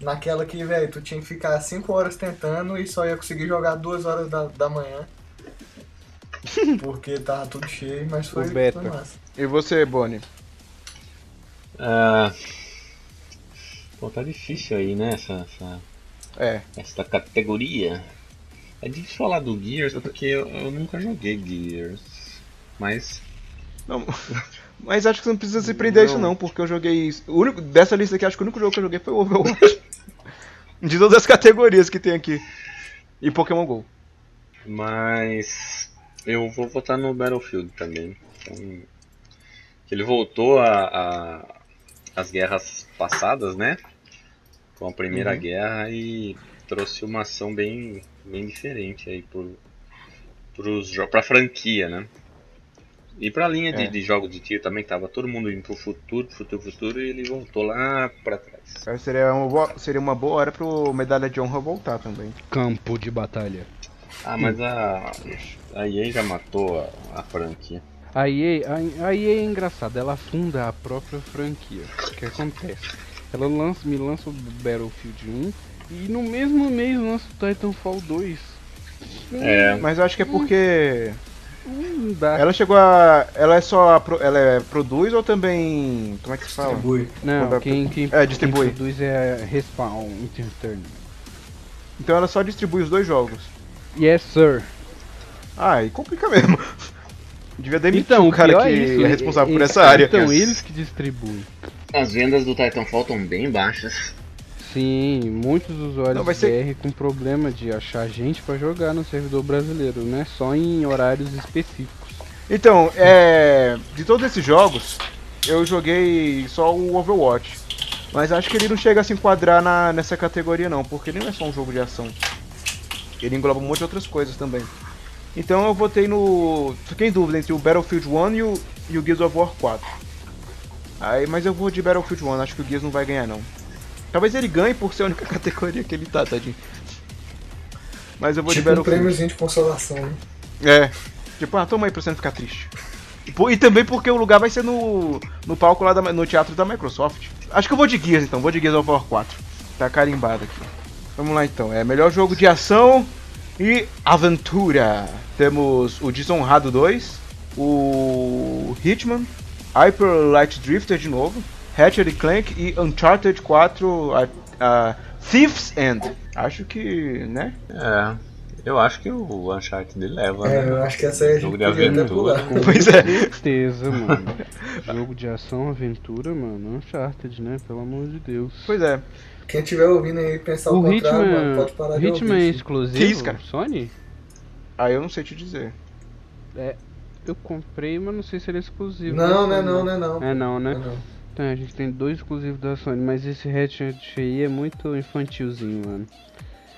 Speaker 6: Naquela que, velho, tu tinha que ficar 5 horas tentando e só ia conseguir jogar 2 horas da, da manhã. Porque tava tudo cheio, mas foi,
Speaker 3: O beta.
Speaker 6: foi massa.
Speaker 5: E você, Bonnie?
Speaker 4: Ah, pô, tá difícil aí, né? Essa, essa,
Speaker 5: É.
Speaker 4: essa categoria. É difícil falar do Gears porque eu, eu nunca joguei Gears. Mas
Speaker 5: Não, mas acho que você não precisa se prender a isso não, porque eu joguei. O único, dessa lista aqui, acho que o único jogo que eu joguei foi o Overwatch. De todas as categorias que tem aqui. E Pokémon GO.
Speaker 4: Mas eu vou votar no Battlefield também. Então, que ele voltou a, a- as guerras passadas, né? Com a primeira guerra e trouxe uma ação bem, bem diferente aí pro, pros, jo- pra franquia, né? E pra linha de,
Speaker 5: É.
Speaker 4: de jogos de tiro também, que tava todo mundo indo pro futuro, futuro, futuro, e ele voltou lá pra trás.
Speaker 5: Cara, É, Seria uma, boa, seria uma boa hora pro Medalha de Honra voltar também.
Speaker 3: Campo de batalha.
Speaker 4: Ah, mas a, a EA já matou a, a franquia.
Speaker 3: A EA, a, a EA é engraçada, ela afunda a própria franquia. O que acontece? Ela lança, me lança o Battlefield 1 e no mesmo mês lança o Titanfall 2.
Speaker 4: É,
Speaker 5: Mas eu acho que
Speaker 3: Hum.
Speaker 5: é porque.
Speaker 3: Não dá.
Speaker 5: Ela chegou a. Ela é só. a pro- Ela é, produz ou também. Como é que se fala?
Speaker 6: Distribui.
Speaker 3: Não,
Speaker 5: Comprar-
Speaker 3: quem, quem,
Speaker 5: É, distribui.
Speaker 3: quem produz é a Respawn Entertainment.
Speaker 5: Então ela só distribui os dois jogos.
Speaker 3: Yes, sir.
Speaker 5: Ah, e complica mesmo. Devia demitir
Speaker 3: Então,
Speaker 5: o cara
Speaker 3: pior
Speaker 5: que
Speaker 3: é, isso,
Speaker 5: é responsável por
Speaker 3: é-
Speaker 5: essa área.
Speaker 3: Então, eles que distribuem.
Speaker 4: As vendas do Titanfall estão bem baixas.
Speaker 3: Sim, muitos usuários
Speaker 5: Não, vai ser-
Speaker 3: BR com problema de achar gente pra jogar no servidor brasileiro, né? Só em horários específicos.
Speaker 5: Então, é. De todos esses jogos, eu joguei só o Overwatch. Mas acho que ele não chega a se enquadrar na- nessa categoria não, porque ele não é só um jogo de ação. Ele engloba um monte de outras coisas também. Então eu votei no. Fiquei em dúvida entre o Battlefield 1 e o, e o Gears of War 4. Aí, mas eu vou de Battlefield 1, acho que o Gears não vai ganhar não. Talvez ele ganhe por ser a única categoria que ele tá, tadinho. Mas eu vou de
Speaker 6: Tipo um
Speaker 5: Battlefield.
Speaker 6: prêmiozinho de consolação, né?
Speaker 5: É. Tipo, ah, toma aí pra você não ficar triste. E, pô, e também porque o lugar vai ser no, no palco lá da- no teatro da Microsoft. Acho que eu vou de Gears então, vou de Gears of War 4. Tá carimbado aqui. Vamos lá então, é melhor jogo de ação e aventura. Temos o Desonrado 2, o Hitman, Hyper Light Drifter de novo, Hatchet Clank e Uncharted 4 a, a Thief's End. Acho que, né?
Speaker 4: É, eu acho que o Uncharted leva,
Speaker 6: É, eu
Speaker 4: né?
Speaker 6: acho que essa aí a gente
Speaker 4: Jogo de
Speaker 6: podia até
Speaker 4: aventura
Speaker 6: pular.
Speaker 4: com
Speaker 5: Pois é.
Speaker 3: Certeza, mano. Jogo de ação, aventura, mano. Uncharted, né? Pelo amor de Deus.
Speaker 5: Pois é.
Speaker 6: Quem estiver ouvindo aí e pensar o
Speaker 3: O
Speaker 6: contrário, tá mano,
Speaker 3: Hitman,
Speaker 6: pode parar de
Speaker 3: Hitman é
Speaker 6: ouvir.
Speaker 3: exclusivo?
Speaker 5: Que isso, cara?
Speaker 3: Sony?
Speaker 5: Aí eu não sei te dizer.
Speaker 3: Eu comprei, mas não sei se ele é exclusivo.
Speaker 6: Não,
Speaker 3: né?
Speaker 6: né, não, né, não.
Speaker 3: É não, né?
Speaker 6: É, não.
Speaker 3: Então, a gente tem dois exclusivos da Sony, mas esse Ratchet aí é muito infantilzinho, mano.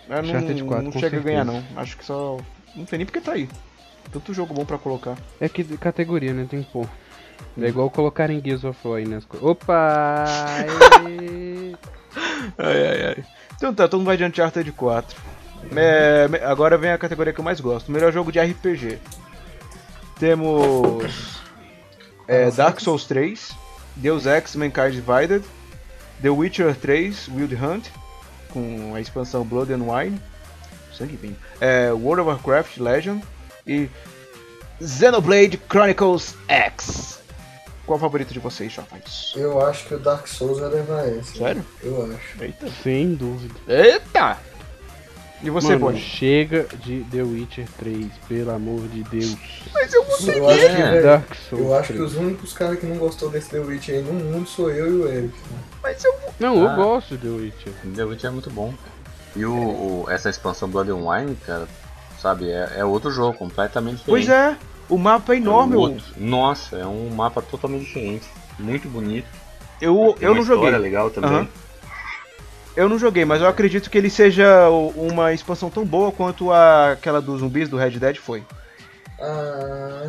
Speaker 5: Ah, não,
Speaker 3: Uncharted 4,
Speaker 5: não
Speaker 3: com
Speaker 5: chega a ganhar, não.
Speaker 3: certeza.
Speaker 5: Acho que só. Não tem nem porque tá aí. Tanto jogo bom pra colocar.
Speaker 3: É que categoria, né? Tem que pôr.
Speaker 6: Hum.
Speaker 3: É igual colocar em Gears of War aí nas coisas. Opa! Aê!
Speaker 5: Ai, ai, ai. Então tá, todo mundo vai de Uncharted 4. É, me- agora vem a categoria que eu mais gosto: melhor jogo de RPG. Temos. é, Dark Souls 3, Deus Ex Mankind Divided, The Witcher 3 Wild Hunt, com a expansão Blood and Wine, sangue e vinho, é, World of Warcraft Legend e Xenoblade Chronicles X. Qual o favorito de vocês, jovens?
Speaker 6: Eu acho que o Dark Souls vai levar essa.
Speaker 5: Sério?
Speaker 6: Eu acho.
Speaker 5: Eita.
Speaker 3: Sem dúvida.
Speaker 5: Eita! E você,
Speaker 3: Mano,
Speaker 5: Bonnie?
Speaker 3: chega de The Witcher 3, pelo amor de Deus.
Speaker 5: Mas é, eu vou
Speaker 6: Eu acho que, velho,
Speaker 3: É, Dark Souls.
Speaker 6: eu acho que
Speaker 3: 3.
Speaker 6: os únicos caras que não gostou desse The Witch aí no mundo sou eu e o Eric. né?
Speaker 3: Não, eu
Speaker 4: Ah.
Speaker 3: gosto de The Witcher.
Speaker 4: The Witcher é muito bom. E o, o- essa expansão Blood and Wine, cara, sabe, é, é outro jogo, completamente
Speaker 5: Pois
Speaker 4: diferente.
Speaker 5: é, o mapa é enorme.
Speaker 4: um
Speaker 5: Eu,
Speaker 4: outro- Nossa, é um mapa totalmente diferente. Muito bonito.
Speaker 5: eu,
Speaker 4: Tem
Speaker 5: eu
Speaker 4: uma
Speaker 5: não joguei.
Speaker 4: história legal também.
Speaker 5: Aham. Eu não joguei, mas eu acredito que ele seja o- uma expansão tão boa quanto a- aquela dos zumbis do Red Dead foi.
Speaker 6: Ah,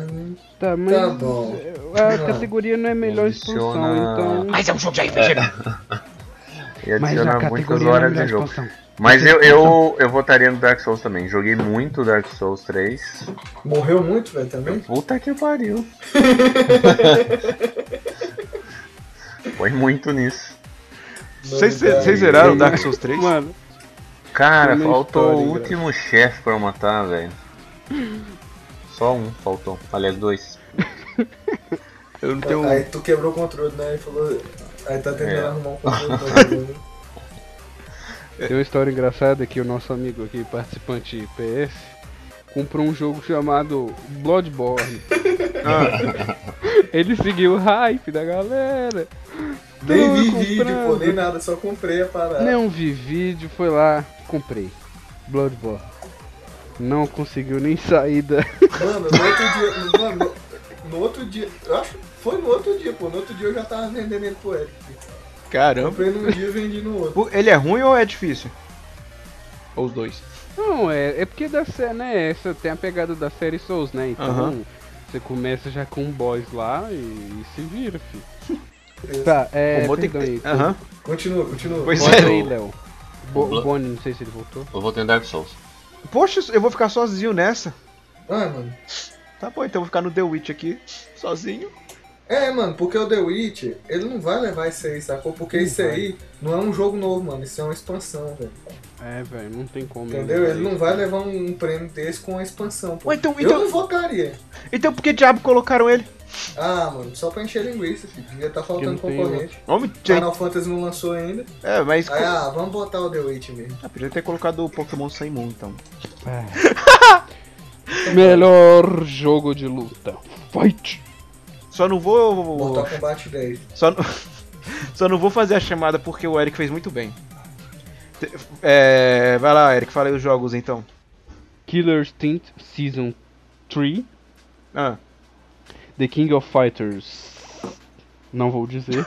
Speaker 3: Tá, mas
Speaker 6: Tá bom.
Speaker 3: a
Speaker 6: Não.
Speaker 3: categoria não é melhor expansão,
Speaker 4: Condiciona-
Speaker 3: então.
Speaker 5: Mas é um jogo de RPG.
Speaker 4: E
Speaker 3: Mas a
Speaker 4: adiciona muitas
Speaker 3: categoria não é
Speaker 4: horas
Speaker 3: melhor
Speaker 4: de jogo.
Speaker 3: expansão.
Speaker 4: Mas eu, eu, eu votaria no Dark Souls também. Joguei muito Dark Souls 3.
Speaker 6: morreu muito, velho, também?
Speaker 4: Puta que pariu. Foi muito nisso.
Speaker 5: Vocês
Speaker 6: Novidade.
Speaker 5: vocês zeraram Dark Souls 3?
Speaker 3: Mano,
Speaker 4: Cara,
Speaker 3: Tem uma
Speaker 4: faltou
Speaker 3: história,
Speaker 4: o último chefe pra eu matar, velho. Só um faltou. Aliás, dois.
Speaker 5: Eu não tenho.
Speaker 3: um-
Speaker 6: Aí tu quebrou o controle, né? E falou, Aí tá
Speaker 3: É.
Speaker 6: tentando arrumar um computador.
Speaker 3: Tem uma história engraçada que o nosso amigo aqui, participante PS, comprou um jogo chamado Bloodborne.
Speaker 4: Ah.
Speaker 3: Ele seguiu o hype da galera.
Speaker 6: nem
Speaker 3: Tô
Speaker 6: vi vídeo, pô,
Speaker 3: comprando.
Speaker 6: nem nada, só comprei a parada.
Speaker 3: Não vi vídeo, foi lá, comprei. Bloodborne. Não conseguiu nem sair da.
Speaker 6: Mano, no outro dia. No, mano, no- no outro dia. Eu acho que foi no outro dia, pô. No outro dia eu já tava vendendo ele pro Eric.
Speaker 5: Caramba.
Speaker 6: Comprei num dia e vendi no outro.
Speaker 5: Pô, Ele é ruim ou é difícil? Ou os dois?
Speaker 3: Não, é, é porque da série, né? Essa tem a pegada da série Souls, né? Então
Speaker 5: Aham.
Speaker 3: você começa já com um boss lá e, e se vira, fi. Tá, é.
Speaker 5: Pô, tem que
Speaker 3: perdão aí.
Speaker 5: ter- Aham.
Speaker 6: Continua, continua.
Speaker 5: Pois
Speaker 3: Bota
Speaker 5: é.
Speaker 3: aí, Léo. Bo-
Speaker 4: Blo-
Speaker 3: Bonnie, não sei se ele voltou.
Speaker 4: Eu vou ter Dark Souls.
Speaker 5: Poxa, eu vou ficar sozinho nessa.
Speaker 6: Ah, mano.
Speaker 5: Tá bom, então eu vou ficar no The Witch aqui, sozinho.
Speaker 6: É, mano, porque o The Witcher, ele não vai levar isso aí, sacou? Porque isso aí não é um jogo novo, mano. Isso é uma expansão, velho.
Speaker 3: É, velho, não tem como.
Speaker 6: Entendeu? Ele não vai levar um prêmio desse com a expansão, pô.
Speaker 5: Ué, então-
Speaker 6: Eu
Speaker 5: então-
Speaker 6: não votaria.
Speaker 5: Então por que diabo colocaram ele?
Speaker 6: Ah, mano, só pra encher linguiça, filho. Devia tá faltando
Speaker 3: Porque não tem
Speaker 6: concorrente.
Speaker 5: Homem, gente.
Speaker 6: Final Fantasy não lançou ainda.
Speaker 5: É, mas.
Speaker 6: Aí, ah, vamos botar o The Witcher mesmo.
Speaker 5: Ah, podia ter colocado o Pokémon Sun e Moon, então.
Speaker 3: É. Melhor jogo de luta. Fight!
Speaker 5: Só não vou.
Speaker 6: Mortal Kombat 10.
Speaker 5: Só não... Só não vou fazer a chamada porque o Eric fez muito bem. Te- É. Vai lá, Eric, fala aí os jogos então.
Speaker 3: Killer Instinct Season 3.
Speaker 5: Ah,
Speaker 3: The King of Fighters. Não vou dizer.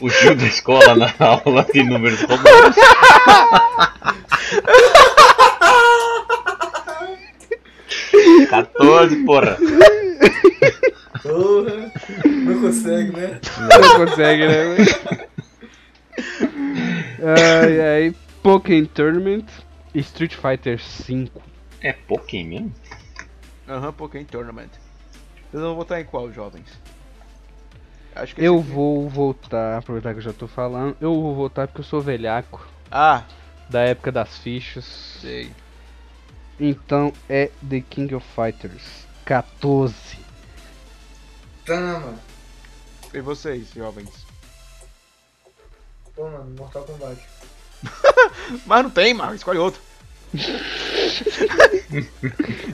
Speaker 4: O tio da escola na aula de números romanos. Quatorze, porra.
Speaker 6: Porra! Não consegue, né?
Speaker 3: Não consegue, né? ai, ai. Pokémon Tournament. e Street Fighter V.
Speaker 4: É Pokémon?
Speaker 5: aham, Pokémon Tournament. Vocês vão votar em qual, jovens? Acho
Speaker 3: Eu
Speaker 5: esse aqui.
Speaker 3: vou voltar, aproveitar que eu já tô falando. Eu vou voltar porque eu sou velhaco.
Speaker 5: Ah,
Speaker 3: Da época das fichas.
Speaker 5: sei.
Speaker 3: Então é The King of Fighters 14.
Speaker 6: Tá, mano.
Speaker 5: E vocês, jovens?
Speaker 6: Pô, mano, Mortal Kombat.
Speaker 5: Mas não tem, mano, escolhe outro.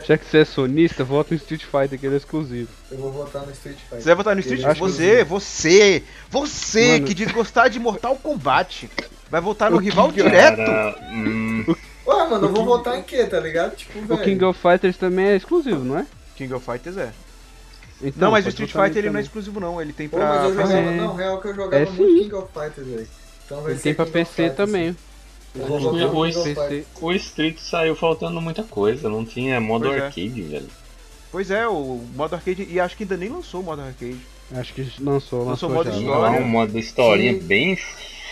Speaker 3: Já que você é sonista, vota no Street Fighter, que ele é exclusivo.
Speaker 6: Eu vou votar no Street Fighter.
Speaker 5: Você vai votar no Street?
Speaker 6: Acho que
Speaker 5: Você, você, você
Speaker 3: Mano.
Speaker 5: que diz gostar de Mortal Kombat. Vai votar no rival
Speaker 3: que-
Speaker 5: direto?
Speaker 4: Cara, hum,
Speaker 6: Ué, mano, eu vou votar em quê, tá ligado? Tipo,
Speaker 5: É.
Speaker 3: O King
Speaker 6: velho.
Speaker 3: of Fighters também é exclusivo, não é?
Speaker 5: King of Fighters é.
Speaker 3: Então,
Speaker 5: Não, mas o
Speaker 3: pode
Speaker 5: Street
Speaker 3: votar
Speaker 5: Fighter ele não é
Speaker 3: nele também.
Speaker 5: exclusivo não, ele tem
Speaker 6: Pô,
Speaker 5: pra...
Speaker 6: mas eu jogava.
Speaker 3: É.
Speaker 6: Não, real que eu jogava
Speaker 3: É sim.
Speaker 6: muito King of Fighters, velho. Então vai
Speaker 3: Ele
Speaker 6: ser
Speaker 3: tem pra
Speaker 6: King of
Speaker 3: PC
Speaker 6: Fighters.
Speaker 3: também.
Speaker 6: Eu vou votar no
Speaker 4: Hoje-
Speaker 6: King of Fighters.
Speaker 3: PC.
Speaker 4: o Street saiu faltando muita coisa, não tinha modo
Speaker 5: Pois é.
Speaker 4: arcade, velho.
Speaker 5: Pois é, o modo arcade, e acho que ainda nem lançou o modo arcade.
Speaker 3: Acho que lançou,
Speaker 5: Lançou
Speaker 3: lançou,
Speaker 5: modo
Speaker 3: já.
Speaker 5: de
Speaker 4: Não,
Speaker 5: história.
Speaker 4: um modo historinha
Speaker 6: Sim.
Speaker 4: bem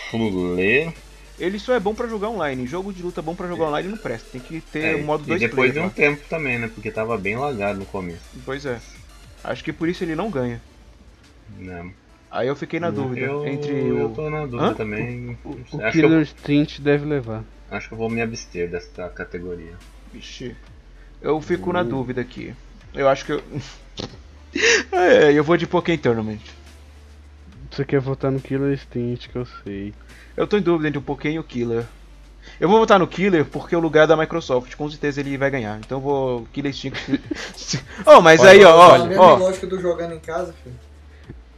Speaker 4: fulê.
Speaker 5: Ele só é bom pra jogar online, jogo de luta bom pra jogar online não presta, tem que ter
Speaker 4: É,
Speaker 5: o modo 2
Speaker 4: e depois de um
Speaker 5: player.
Speaker 4: tempo também, né? Porque tava bem lagado no começo.
Speaker 5: lá. Pois é. Acho que por isso ele não ganha.
Speaker 4: Né?
Speaker 5: Aí eu fiquei
Speaker 3: Hum,
Speaker 5: na dúvida
Speaker 4: eu,
Speaker 5: é, entre
Speaker 4: eu
Speaker 5: o...
Speaker 4: tô na dúvida
Speaker 5: Hã?
Speaker 4: também.
Speaker 3: O
Speaker 4: acho, que eu,
Speaker 3: Killer Instinct deve levar.
Speaker 4: acho que eu vou me abster desta categoria.
Speaker 5: Vixe. Eu fico
Speaker 3: Hum.
Speaker 5: na dúvida aqui. Eu acho que eu... é, eu vou de Pokémon Tournament.
Speaker 3: Você quer votar no é Killer Instinct, que eu sei.
Speaker 5: Eu tô em dúvida entre o Pokémon e o Killer. Eu vou votar no Killer porque o lugar é da Microsoft, com certeza ele vai ganhar. Então eu vou Killer Instinct. oh, mas aí,
Speaker 6: Tá
Speaker 5: ó,
Speaker 6: a mesma
Speaker 5: ó, ó,
Speaker 6: lógica do jogando em casa, filho.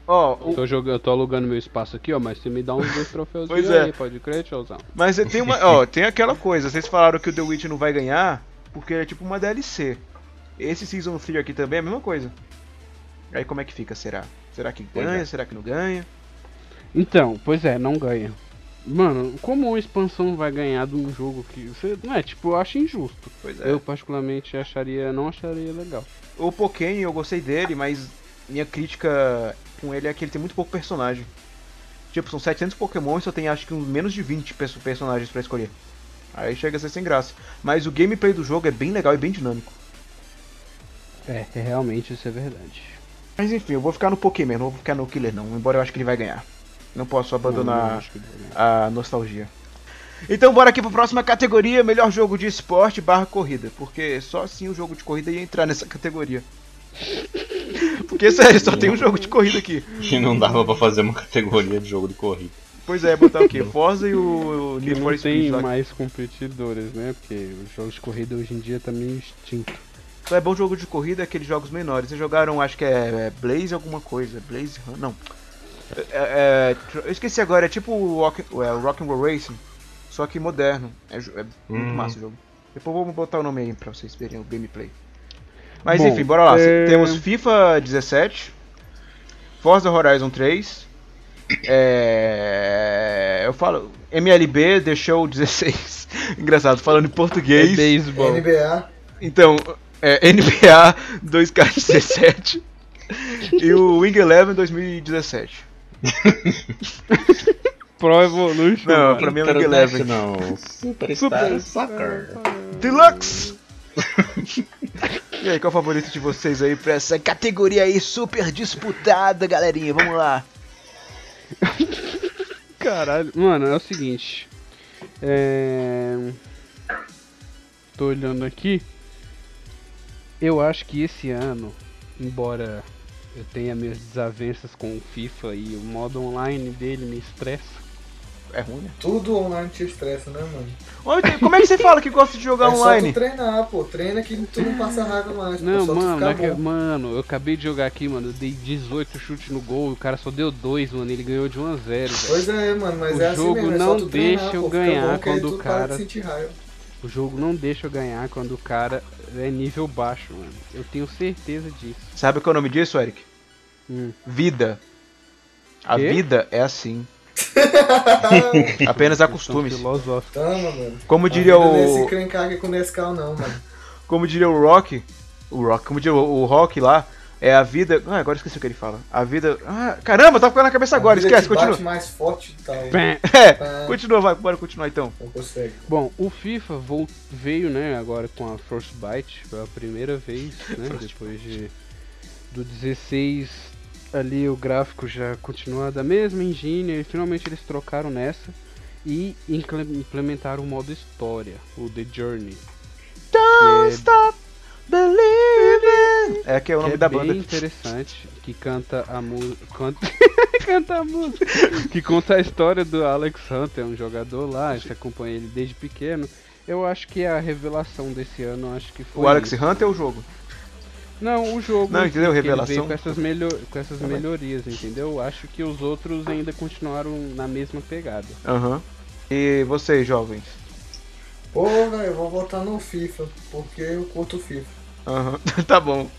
Speaker 5: ó, o-
Speaker 3: Tô jogando, tô alugando meu espaço aqui, ó, mas você me dá uns dois troféus
Speaker 5: Pois é.
Speaker 3: aí, pode crer, tiozão.
Speaker 5: mas tem uma, ó, tem aquela coisa, vocês falaram que o The Witch não vai ganhar porque é tipo uma DLC. Esse Season 3 aqui também é a mesma coisa. Aí como é que fica, será? Será que
Speaker 4: Pois
Speaker 5: ganha?
Speaker 4: é.
Speaker 5: Será que não ganha?
Speaker 3: Então, pois é, não ganha. Mano, como uma expansão vai ganhar de um jogo que. Você, não é, tipo, eu acho injusto.
Speaker 5: Pois
Speaker 4: é.
Speaker 3: Eu particularmente acharia. não acharia legal.
Speaker 5: O Pokémon eu gostei dele, mas minha crítica com ele é que ele tem muito pouco personagem. Tipo, são 700 Pokémon e só tem acho que uns menos de 20 perso- personagens pra escolher. Aí chega a ser sem graça. Mas o gameplay do jogo é bem legal e bem dinâmico.
Speaker 3: É, é, realmente isso é verdade.
Speaker 5: Mas enfim, eu vou ficar no Pokémon, não vou ficar no Killer não, embora eu acho que ele vai ganhar. Não posso
Speaker 3: Não, não
Speaker 5: abandonar
Speaker 3: acho que vai ganhar.
Speaker 5: a nostalgia. Então bora aqui pra próxima categoria, melhor jogo de esporte barra corrida, porque só assim o jogo de corrida ia entrar nessa categoria. Porque, sério, só tem um jogo de corrida aqui.
Speaker 4: Que não dava pra fazer uma categoria de jogo de corrida.
Speaker 5: Pois é, botar o quê? Forza e o o
Speaker 3: Que
Speaker 5: Need
Speaker 3: não
Speaker 5: for
Speaker 3: tem
Speaker 5: Speed lá.
Speaker 3: mais competidores, né? Porque os jogos de corrida hoje em dia tá meio extinto.
Speaker 5: Então é bom jogo de corrida, aqueles jogos menores. Vocês jogaram, acho que é, é Blaze alguma coisa. Blaze, Run- não. É, é, tr- eu esqueci agora, é tipo o Rock, é, o rock and Roll Racing, só que moderno. É, jo- é muito
Speaker 4: Uhum.
Speaker 5: massa o jogo. Depois vamos botar o nome aí pra vocês verem o gameplay. Mas
Speaker 3: Bom,
Speaker 5: enfim, bora lá.
Speaker 3: é-
Speaker 5: Temos FIFA 17, Forza Horizon 3, é, eu falo MLB The Show 16. Engraçado, falando em
Speaker 3: É
Speaker 5: português.
Speaker 7: Beisebol.
Speaker 6: NBA.
Speaker 5: Então, é, NBA 2K17 e o Wing Eleven 2017.
Speaker 7: Pro Evolution.
Speaker 5: Não, pra mim é o Wing Eleven.
Speaker 4: International Superstar é Soccer.
Speaker 5: Deluxe! e aí, qual é o favorito de vocês aí pra essa categoria aí super disputada, galerinha? Vamos lá.
Speaker 3: Caralho. Mano, é o seguinte. É... Tô olhando aqui. Eu acho que esse ano, embora eu tenha minhas desavenças com o FIFA e o modo online dele me estressa.
Speaker 5: É ruim, né?
Speaker 6: Tudo online te estressa, né, mano?
Speaker 5: Ô, Te- como é que você fala que gosta de jogar
Speaker 6: é só
Speaker 5: online?
Speaker 6: tu treinar, pô. Treina que tu não passa raiva mais.
Speaker 3: Não,
Speaker 6: pô, só
Speaker 3: mano,
Speaker 6: tu
Speaker 3: não é
Speaker 6: ficar
Speaker 3: que-
Speaker 6: bom.
Speaker 3: mano, eu acabei de jogar aqui, mano. Eu dei 18 chutes no gol, o cara só deu 2, mano. Ele ganhou de 1 a 0, velho.
Speaker 6: Pois é, mano, mas
Speaker 3: O
Speaker 6: é assim
Speaker 3: jogo
Speaker 6: mesmo. É só
Speaker 3: não
Speaker 6: tu treinar,
Speaker 3: deixa eu
Speaker 6: pô, fica
Speaker 3: ganhar
Speaker 6: bom, que aí
Speaker 3: quando
Speaker 6: tu
Speaker 3: o
Speaker 6: para de
Speaker 3: cara-
Speaker 6: sentir raiva.
Speaker 3: O jogo não deixa eu ganhar quando o cara é nível baixo, mano. Eu tenho certeza disso.
Speaker 5: Sabe qual é o nome disso, Eric?
Speaker 3: Hum.
Speaker 5: Vida. A
Speaker 3: Quê?
Speaker 5: vida é assim. Apenas acostume-se.
Speaker 3: filosófico.
Speaker 6: Toma, mano.
Speaker 5: Como diria
Speaker 6: Não é
Speaker 5: o.
Speaker 6: esse crencague com Nescau, não, mano.
Speaker 5: como diria o Rock, o Rock, como diria o, o Rock lá, é a vida. Ah, agora esqueci o que ele fala. A vida. Ah, caramba, tá ficando na cabeça agora,
Speaker 6: A vida ah.
Speaker 5: esquece,
Speaker 6: te
Speaker 5: continua.
Speaker 6: Bate mais forte e tal.
Speaker 5: É, continua, vai, bora continuar então.
Speaker 6: Não consegue.
Speaker 3: Bom, o FIFA vol- veio, né, agora com a Frostbite pela primeira vez, né, depois de do 16 ali o gráfico já continua da mesma engine, e finalmente eles trocaram nessa e incre- implementaram o modo história, o The Journey. Don't
Speaker 5: Believing! É que é o nome
Speaker 3: que é
Speaker 5: da
Speaker 3: bem
Speaker 5: banda.
Speaker 3: interessante, que canta a música. Canta... canta a música. Que conta a história do Alex Hunter, um jogador lá, a gente acompanha ele desde pequeno. Eu acho que a revelação desse ano, acho que foi.
Speaker 5: O Alex
Speaker 3: isso.
Speaker 5: Hunter é o jogo.
Speaker 3: Não, o jogo.
Speaker 5: Não, entendeu?
Speaker 3: que ele
Speaker 5: Revelação.
Speaker 3: veio com essas, melho- com essas
Speaker 5: Tá bem.
Speaker 3: melhorias, entendeu? Acho que os outros ainda continuaram na mesma pegada.
Speaker 5: Aham. E vocês, jovens?
Speaker 6: Pô, velho, eu vou votar no FIFA, porque eu curto o FIFA.
Speaker 5: Aham. tá bom.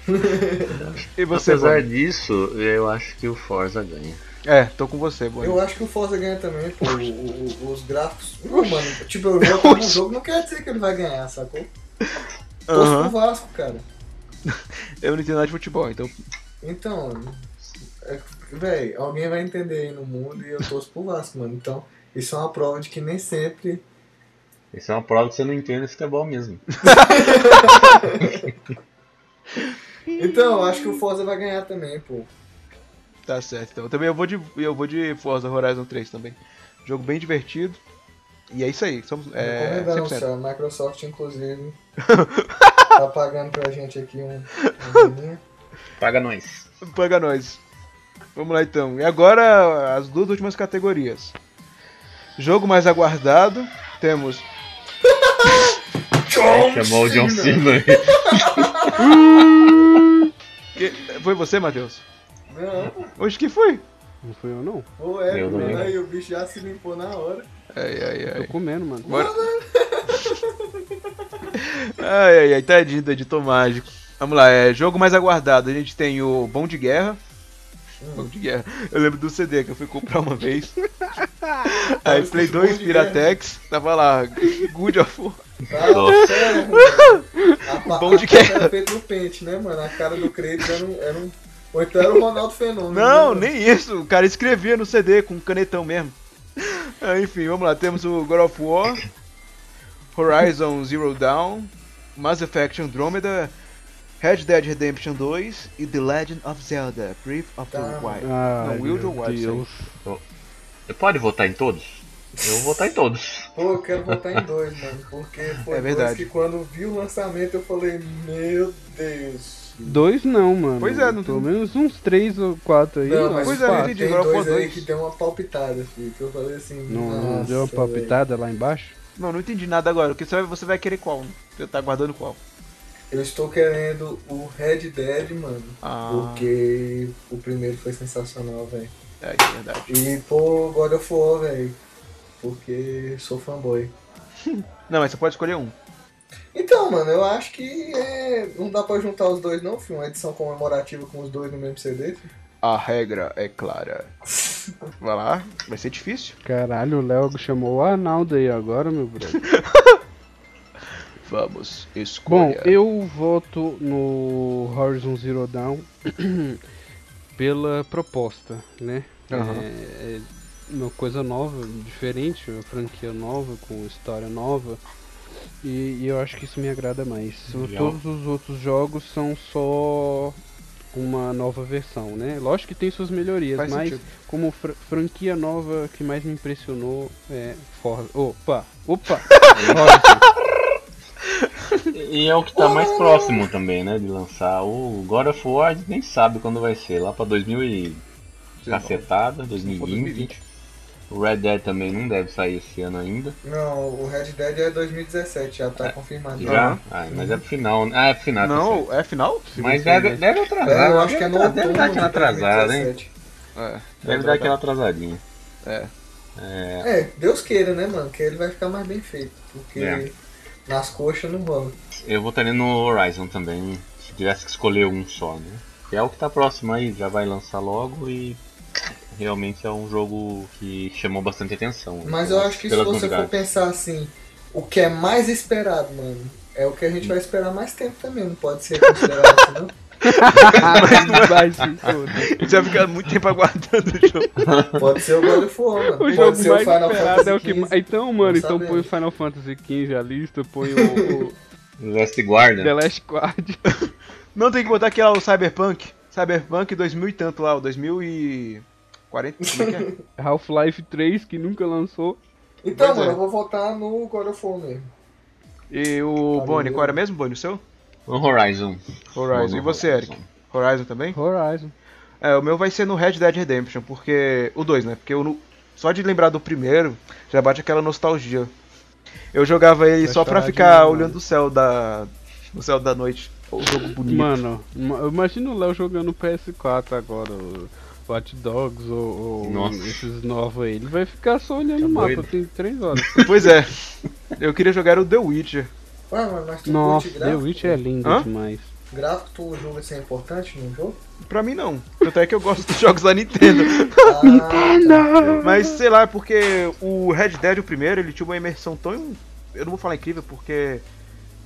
Speaker 5: e você,
Speaker 4: Apesar
Speaker 5: Bob?
Speaker 4: disso, eu acho que o Forza ganha.
Speaker 5: É, tô com você, Bob.
Speaker 6: Eu acho que o Forza ganha também, pô. o- o- os gráficos. Não, mano, tipo, eu voto no jogo, não quer dizer que ele vai ganhar, sacou? Torço
Speaker 5: Aham.
Speaker 6: pro Vasco, cara.
Speaker 5: Eu não entendo nada de futebol, então.
Speaker 6: Então, é, véi, alguém vai entender aí no mundo e eu torço pro Vasco, mano. Então, isso é uma prova de que nem sempre.
Speaker 4: Isso é uma prova que você não entende futebol mesmo.
Speaker 6: Então, eu acho que o Forza vai ganhar também, pô.
Speaker 5: Tá certo, então. Também eu vou de. Eu vou de Forza Horizon 3 também. Jogo bem divertido. E é isso aí. Somos. É,
Speaker 6: Recomendamos,
Speaker 5: 100%.
Speaker 6: cara. Microsoft, inclusive, tá pagando pra gente aqui um. um
Speaker 4: Paga nós.
Speaker 5: Paga nós. Vamos lá então. E agora as duas últimas categorias. Jogo mais aguardado. Temos.
Speaker 4: É, Chamou o John
Speaker 5: né?
Speaker 4: Cena.
Speaker 5: que- Foi você, Matheus?
Speaker 6: não,
Speaker 5: Hoje que foi?
Speaker 3: Não fui eu, não.
Speaker 6: pô, é,
Speaker 4: Eu também.
Speaker 6: mano, aí o bicho já se limpou na hora.
Speaker 5: Ai, ai,
Speaker 3: Tô
Speaker 5: ai.
Speaker 3: comendo, mano.
Speaker 5: Bora. Ai, ai, tá ai. Tadinho do editor mágico. Vamos lá, é jogo mais aguardado. A gente tem o Bom de Guerra.
Speaker 6: Hum.
Speaker 5: Bom de Guerra. Eu lembro do CD que eu fui comprar uma vez. Aí Play
Speaker 6: Bom
Speaker 5: 2
Speaker 6: de
Speaker 5: Piratex. Tava lá, Good of War.
Speaker 6: Tá
Speaker 4: Nossa.
Speaker 6: sério, mano. A pa-
Speaker 5: Bom de
Speaker 6: a cara
Speaker 5: guerra.
Speaker 6: era feito no pente, né, mano? A cara do Creito era um. Era um... Ou então era o Ronaldo Fenômeno.
Speaker 5: Não,
Speaker 6: né, mano?
Speaker 5: nem isso. O cara escrevia no CD com canetão mesmo. Ah, Enfim, vamos lá. Temos o God of War, Horizon Zero Dawn, Mass Effect Andromeda, Red Dead Redemption 2 e The Legend of Zelda: Breath of the
Speaker 6: Tá.
Speaker 5: Wild.
Speaker 3: Ah,
Speaker 5: Não, Wild or Wild,
Speaker 3: Deus.
Speaker 4: Pode votar em todos? Eu vou votar em todos.
Speaker 6: Pô, eu quero votar em dois, mano. Porque foi
Speaker 5: É verdade.
Speaker 6: dois que quando vi o lançamento eu falei, meu Deus.
Speaker 3: Dois não, mano.
Speaker 5: Pois é, não
Speaker 3: Pelo
Speaker 5: tem-
Speaker 3: menos uns três ou quatro aí.
Speaker 6: Não,
Speaker 3: ó.
Speaker 6: mas
Speaker 5: pois é,
Speaker 6: pá,
Speaker 5: eu entendi,
Speaker 6: tem
Speaker 5: agora eu
Speaker 6: dois
Speaker 5: vou
Speaker 6: aí
Speaker 5: dois.
Speaker 6: que deu uma palpitada, filho. Que eu falei assim,
Speaker 3: Não, não
Speaker 6: nossa,
Speaker 3: deu uma palpitada lá embaixo?
Speaker 5: Não, não entendi nada agora. O que você vai, você vai querer qual? Você tá guardando qual?
Speaker 6: velho. Eu estou querendo o Red Dead, mano.
Speaker 5: Ah,
Speaker 6: Porque o primeiro foi sensacional, velho.
Speaker 5: é, é verdade.
Speaker 6: E pô, God of War, velho. Porque sou fanboy.
Speaker 5: Não, mas você pode escolher um.
Speaker 6: Então, mano, eu acho que é... não dá pra juntar os dois, não, filho. Uma edição comemorativa com os dois no mesmo CD. filho.
Speaker 5: A regra é clara. Vai lá, vai ser difícil.
Speaker 3: Caralho, o Léo chamou o Arnaldo aí agora, meu brother.
Speaker 5: Vamos,
Speaker 3: Bom,
Speaker 5: escolha.
Speaker 3: eu voto no Horizon Zero Dawn pela proposta, né?
Speaker 5: Aham.
Speaker 3: É, é uma coisa nova, diferente, uma franquia nova, com história nova. E, e eu acho que isso me agrada mais. O-
Speaker 4: Legal.
Speaker 3: Todos os outros jogos são só uma nova versão, né? Lógico que tem suas melhorias,
Speaker 5: Faz
Speaker 3: mas
Speaker 5: sentido.
Speaker 3: como fr- franquia nova que mais me impressionou é Forza. Opa! Opa!
Speaker 4: E é o que tá mais próximo também, né? De lançar o God of War, a gente nem sabe quando vai ser, lá pra 2000 e
Speaker 3: Tá
Speaker 4: cacetada, 2020. O Red Dead também não deve sair esse ano ainda.
Speaker 6: Não, o Red Dead é 2017, já
Speaker 3: É,
Speaker 6: tá confirmado.
Speaker 4: Já? Ah, mas é pro final. né? Ah, é pro final. tá certo.
Speaker 5: Não, é final?
Speaker 4: Mas deve, deve atrasar.
Speaker 6: É, eu acho que é no
Speaker 4: deve, deve
Speaker 6: outono
Speaker 4: dar
Speaker 3: tá
Speaker 4: aquela
Speaker 6: de
Speaker 4: atrasada, hein?
Speaker 6: 2017.
Speaker 5: É.
Speaker 4: Deve dar aquela atrasadinha.
Speaker 6: É, Deus queira, né, mano? Que ele vai ficar mais bem feito. Porque
Speaker 4: É.
Speaker 6: nas coxas não vamos.
Speaker 4: Eu votaria no Horizon também, se tivesse que escolher um só, né? Que é o que tá próximo aí, já vai lançar logo e realmente é um jogo que chamou bastante atenção.
Speaker 6: Mas
Speaker 4: né,
Speaker 6: eu acho que se
Speaker 4: pelas
Speaker 6: você for
Speaker 4: novidades.
Speaker 6: pensar assim, o que é mais esperado, mano, é o que a gente vai esperar mais tempo também, não pode ser considerado isso, não?
Speaker 3: Vai se foder.
Speaker 5: Você vai ficar muito tempo aguardando o jogo.
Speaker 6: Pode ser o God of War, mano.
Speaker 3: O
Speaker 6: Pode
Speaker 3: jogo
Speaker 6: ser
Speaker 3: mais
Speaker 6: o Final
Speaker 3: esperado
Speaker 6: Fantasy
Speaker 3: é o que.
Speaker 6: XV.
Speaker 3: Então, mano,
Speaker 6: Não
Speaker 3: então põe o
Speaker 6: sabemos.
Speaker 3: Final Fantasy XV a lista, põe o, o
Speaker 4: Last Guardian.
Speaker 3: The Last Guard.
Speaker 5: Não, tem que botar aqui lá o Cyberpunk. Cyberpunk 2000 e tanto lá, o 2040. Como é que é?
Speaker 3: Half-Life 3, que nunca lançou.
Speaker 6: Então,
Speaker 5: Pois é.
Speaker 6: mano, eu vou votar no God of War mesmo.
Speaker 5: E o Bonnie, qual era mesmo, Bonnie? O seu?
Speaker 4: O Horizon.
Speaker 5: Horizon.
Speaker 4: Vou
Speaker 5: E
Speaker 4: no
Speaker 5: você,
Speaker 4: Horizon.
Speaker 5: Eric? Horizon também?
Speaker 3: Horizon.
Speaker 5: É, o meu vai ser no Red Dead Redemption, porque. O 2, né? Porque eu não- só de lembrar do primeiro, já bate aquela nostalgia. Eu jogava ele
Speaker 3: Vai
Speaker 5: só pra
Speaker 3: chorar
Speaker 5: ficar
Speaker 3: demais,
Speaker 5: olhando o céu da. o céu da noite. O jogo bonito.
Speaker 3: Mano, ma- eu imagino o Léo jogando PS4 agora. o Watch Dogs ou, ou
Speaker 4: Nossa.
Speaker 3: esses novos aí. Ele vai ficar só olhando
Speaker 4: Tá
Speaker 3: o mapa,
Speaker 4: doido.
Speaker 3: tem 3 horas.
Speaker 5: Pois é. Eu queria jogar o The Witcher.
Speaker 6: Ué, mano, mas tu
Speaker 3: Nossa,
Speaker 6: curte né?
Speaker 3: The
Speaker 6: gráfico?
Speaker 3: Witch é lindo
Speaker 5: Hã?
Speaker 3: demais.
Speaker 6: Gráfico, tu julga ser é importante no jogo?
Speaker 5: Pra mim não. Tanto é que eu gosto dos jogos da Nintendo.
Speaker 6: Ah,
Speaker 5: Mas sei lá, porque o Red Dead, o primeiro, ele tinha uma imersão tão. Eu não vou falar incrível porque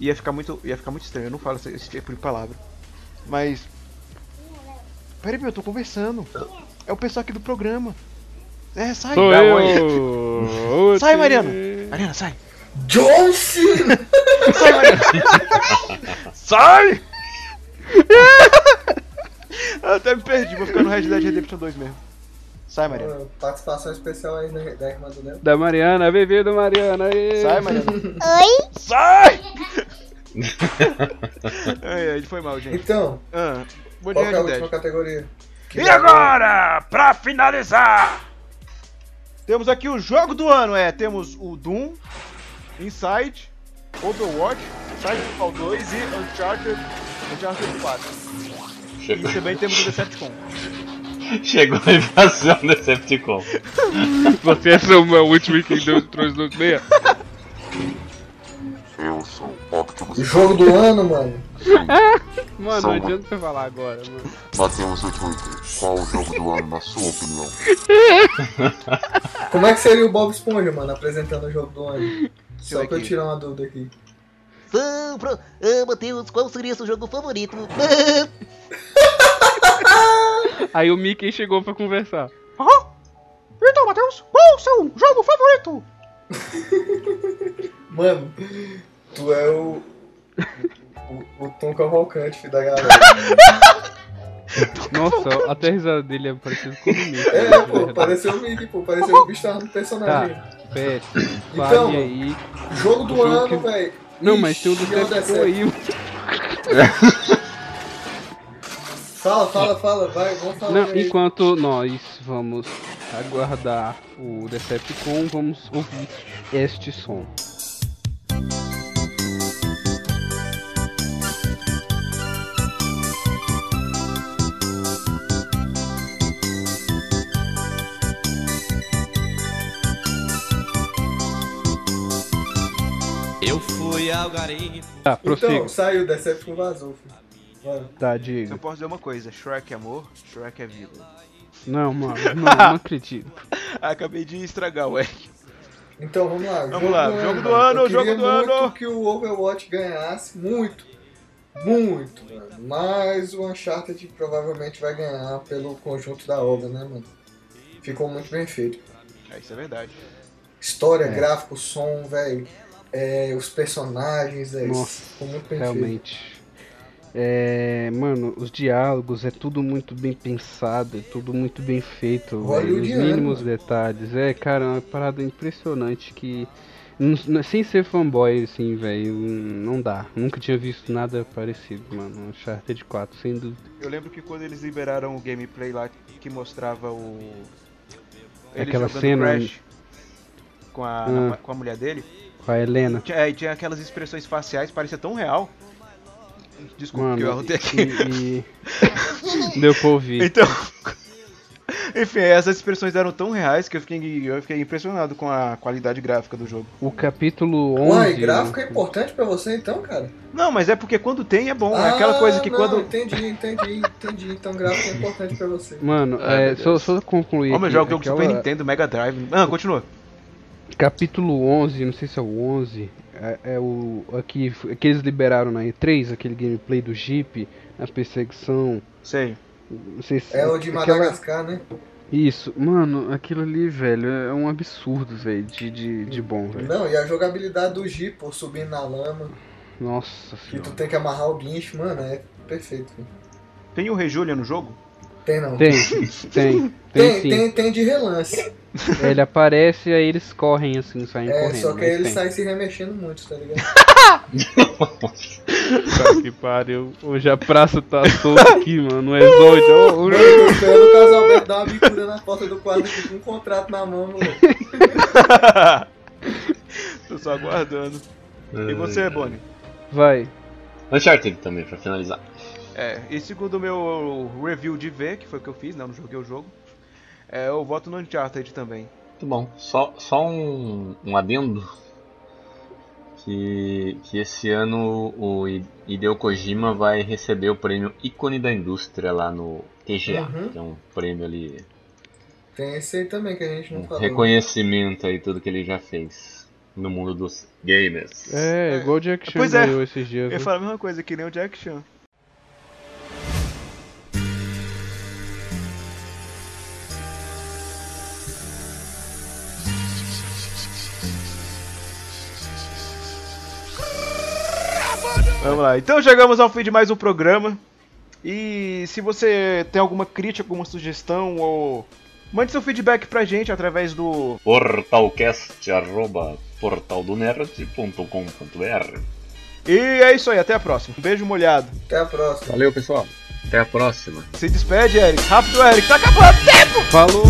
Speaker 5: ia ficar muito, ia ficar muito estranho. Eu não falo esse- esse tipo de palavra. Mas. Peraí, meu, eu tô conversando. É o pessoal aqui do programa. É, sai.
Speaker 3: Sou
Speaker 5: Dá um oi.
Speaker 3: eu!
Speaker 5: Sai, Mariano. Mariana, sai.
Speaker 6: Johnson!
Speaker 5: Sai, Mariana.
Speaker 8: Sai!
Speaker 5: Eu até me perdi. Vou ficar no Red Dead Redemption 2 mesmo. Sai, Mariana.
Speaker 6: Mano, Participação especial aí da, da irmã do Léo.
Speaker 3: Da Mariana, bebê do Mariana. aê.
Speaker 5: Sai, Mariana.
Speaker 8: Sai!
Speaker 5: Ai, ai, foi mal, gente.
Speaker 6: Então,
Speaker 5: Ah, vou de
Speaker 6: qual que é a
Speaker 5: Red
Speaker 6: última
Speaker 5: Dead.
Speaker 6: categoria? Que
Speaker 8: E
Speaker 6: já-
Speaker 8: agora, pra finalizar,
Speaker 5: Temos aqui o jogo do ano, é, temos o Doom, Inside, Overwatch, Titanfall 2 e Uncharted, Uncharted 4. E
Speaker 4: Chegou,
Speaker 5: também temos o Decepticon.
Speaker 4: chegou a invasão do Decepticon.
Speaker 3: Você é seu meu último que Deus trouxe no meia.
Speaker 9: Eu sou Optimus.
Speaker 6: Jogo do ano, mano.
Speaker 3: Mano, não
Speaker 9: São-
Speaker 3: adianta você falar agora, mano.
Speaker 9: Batemos o último item. Qual o jogo do ano, na sua opinião?
Speaker 6: Como é que seria o Bob Esponja, mano, apresentando o jogo do ano?
Speaker 5: eu
Speaker 6: Só pra eu
Speaker 5: aqui.
Speaker 6: tirar uma dúvida aqui.
Speaker 10: São Pro... Ah, meu Deus, qual seria seu jogo favorito?
Speaker 3: Aí o Mickey chegou pra conversar.
Speaker 5: Então, Matheus, qual o seu jogo favorito?
Speaker 6: Mano, tu é o. O, o Tom Cavalcante, filho da galera.
Speaker 3: Nossa, a risada dele é parecida com o né? Mimi.
Speaker 6: É, pô, pareceu o Mickey, pô, pareceu o bicho tava no
Speaker 3: Tá,
Speaker 6: personagem.
Speaker 3: pet,
Speaker 6: Então,
Speaker 3: fale aí.
Speaker 6: Jogo do
Speaker 3: Jogo
Speaker 6: ano, é
Speaker 3: que-
Speaker 6: velho.
Speaker 3: Não, mas tem um o do Tepto aí.
Speaker 6: Fala, fala, fala, vai, vamos falar.
Speaker 3: Não,
Speaker 6: aí.
Speaker 3: enquanto nós vamos aguardar o Decepticon, vamos ouvir este som.
Speaker 11: Eu fui ao garimpo.
Speaker 3: Tá, prossigo.
Speaker 6: Então, saiu o Decepticon vazou, filho. Vai.
Speaker 3: Tá,
Speaker 5: Eu
Speaker 3: diga.
Speaker 5: posso dizer uma coisa, Shrek é amor, Shrek é vida.
Speaker 3: Não, mano, não, não acredito.
Speaker 6: Ah,
Speaker 5: Acabei de estragar, ué.
Speaker 6: Então vamos lá.
Speaker 5: Vamos lá, jogo do ano,
Speaker 6: Eu queria
Speaker 5: jogo do
Speaker 6: muito
Speaker 5: ano.
Speaker 6: que o Overwatch ganhasse, muito. Muito, mano. Mas o Uncharted provavelmente vai ganhar pelo conjunto da obra, né, mano? Ficou muito bem feito.
Speaker 5: É, isso é verdade. É.
Speaker 6: História, gráfico, som, velho. É, os personagens, velho.
Speaker 3: Nossa,
Speaker 6: Ficou muito bem feito.
Speaker 3: Realmente. É, mano, os diálogos é tudo muito bem pensado, é tudo muito bem feito, velho. Os
Speaker 6: Hollywoodiano,
Speaker 3: mínimos
Speaker 6: mano.
Speaker 3: detalhes. É, cara, é uma parada impressionante que. n- n- Sem ser fanboy, assim, velho, n- não dá. Nunca tinha visto nada parecido, mano. Uncharted 4, sem dúvida.
Speaker 5: Eu lembro que quando eles liberaram o gameplay lá que mostrava o.
Speaker 3: Aquela cena-
Speaker 5: Crash com a,
Speaker 3: Ah.
Speaker 5: na- com a mulher dele.
Speaker 3: Com a Helena.
Speaker 5: Tinha, é, e tinha aquelas expressões faciais, parecia tão real. Desculpa que eu
Speaker 3: Mano,
Speaker 5: arrotei aqui.
Speaker 3: e, e- Deu pra ouvir.
Speaker 5: Então. Enfim, essas expressões eram tão reais que eu fiquei, eu fiquei impressionado com a qualidade gráfica do jogo.
Speaker 3: O capítulo 11.
Speaker 6: Uai, gráfico é importante pra você então, cara?
Speaker 5: Não, mas é porque quando tem é bom. é aquela coisa que
Speaker 6: Ah, não,
Speaker 5: quando.
Speaker 6: Entendi, entendi, entendi. Então gráfico é importante pra você.
Speaker 3: Mano,
Speaker 5: Ai,
Speaker 3: é,
Speaker 5: meu
Speaker 3: só, só concluir.
Speaker 5: Ó, meu
Speaker 3: aqui,
Speaker 5: jogo, jogo de
Speaker 3: aquela-
Speaker 5: Super Nintendo, Mega Drive. Ah, continua.
Speaker 3: Capítulo 11, não sei se é o 11, é, é o aqui f- que eles liberaram na E3, aquele gameplay do Jeep, a perseguição,
Speaker 5: Sei.
Speaker 3: não sei se
Speaker 6: É o de
Speaker 3: aquela-
Speaker 6: Madagascar, né?
Speaker 3: Isso, mano, aquilo ali, velho, é um absurdo, velho, de, de, de bom, velho.
Speaker 6: Não, e a jogabilidade do Jeep, pô, subindo na lama,
Speaker 3: Nossa
Speaker 6: que tu
Speaker 3: senhora.
Speaker 6: tem que amarrar o guincho, mano, é perfeito. filho.
Speaker 5: Tem o Rei Julia no jogo?
Speaker 6: Tem não.
Speaker 3: Tem, tem, tem
Speaker 6: tem,
Speaker 3: sim.
Speaker 6: tem, tem de relance.
Speaker 3: Ele aparece e aí eles correm assim, saem
Speaker 6: É,
Speaker 3: correndo.
Speaker 6: só que
Speaker 3: mas
Speaker 6: aí ele
Speaker 3: tem.
Speaker 6: sai se remexendo muito, tá ligado?
Speaker 3: Tá que pariu. Hoje a praça tá solta aqui, mano. Um O Exoide, ó, o-
Speaker 6: Mano, o Fernando Casal Bento dá uma bicuda na porta do quadro aqui com um contrato na mão, mano.
Speaker 5: Tô só aguardando. E você, Bonnie?
Speaker 3: Vai.
Speaker 4: Uncharted também, pra finalizar.
Speaker 5: É, e segundo o meu review de V, que foi o que eu fiz, não, não joguei o jogo. É, eu voto no Uncharted também.
Speaker 4: Muito bom. Só, só um, um adendo. Que, que esse ano o I- Hideo Kojima vai receber o prêmio ícone da indústria lá no TGA,
Speaker 6: Uhum.
Speaker 4: que é um prêmio ali,
Speaker 6: Tem esse aí também que a gente
Speaker 3: Hum,
Speaker 6: não
Speaker 4: um
Speaker 6: falou.
Speaker 4: reconhecimento aí tudo que ele já fez no mundo dos gamers.
Speaker 3: É, igual o Jack Chan
Speaker 5: Pois é.
Speaker 3: ganhou esses dias.
Speaker 5: Eu
Speaker 3: né?
Speaker 5: falo a mesma coisa que nem o Jack Chan. Vamos lá, então chegamos ao fim de mais um programa. E se você tem alguma crítica, alguma sugestão ou. Mande seu feedback pra gente através do
Speaker 4: Portalcast, arroba, portaldonerd.com.br
Speaker 5: E é isso aí, até a próxima. Um beijo molhado.
Speaker 6: Até a próxima.
Speaker 4: Valeu, pessoal. Até a próxima.
Speaker 5: Se despede, Eric. Rápido, Eric. Tá acabando o tempo!
Speaker 3: Falou!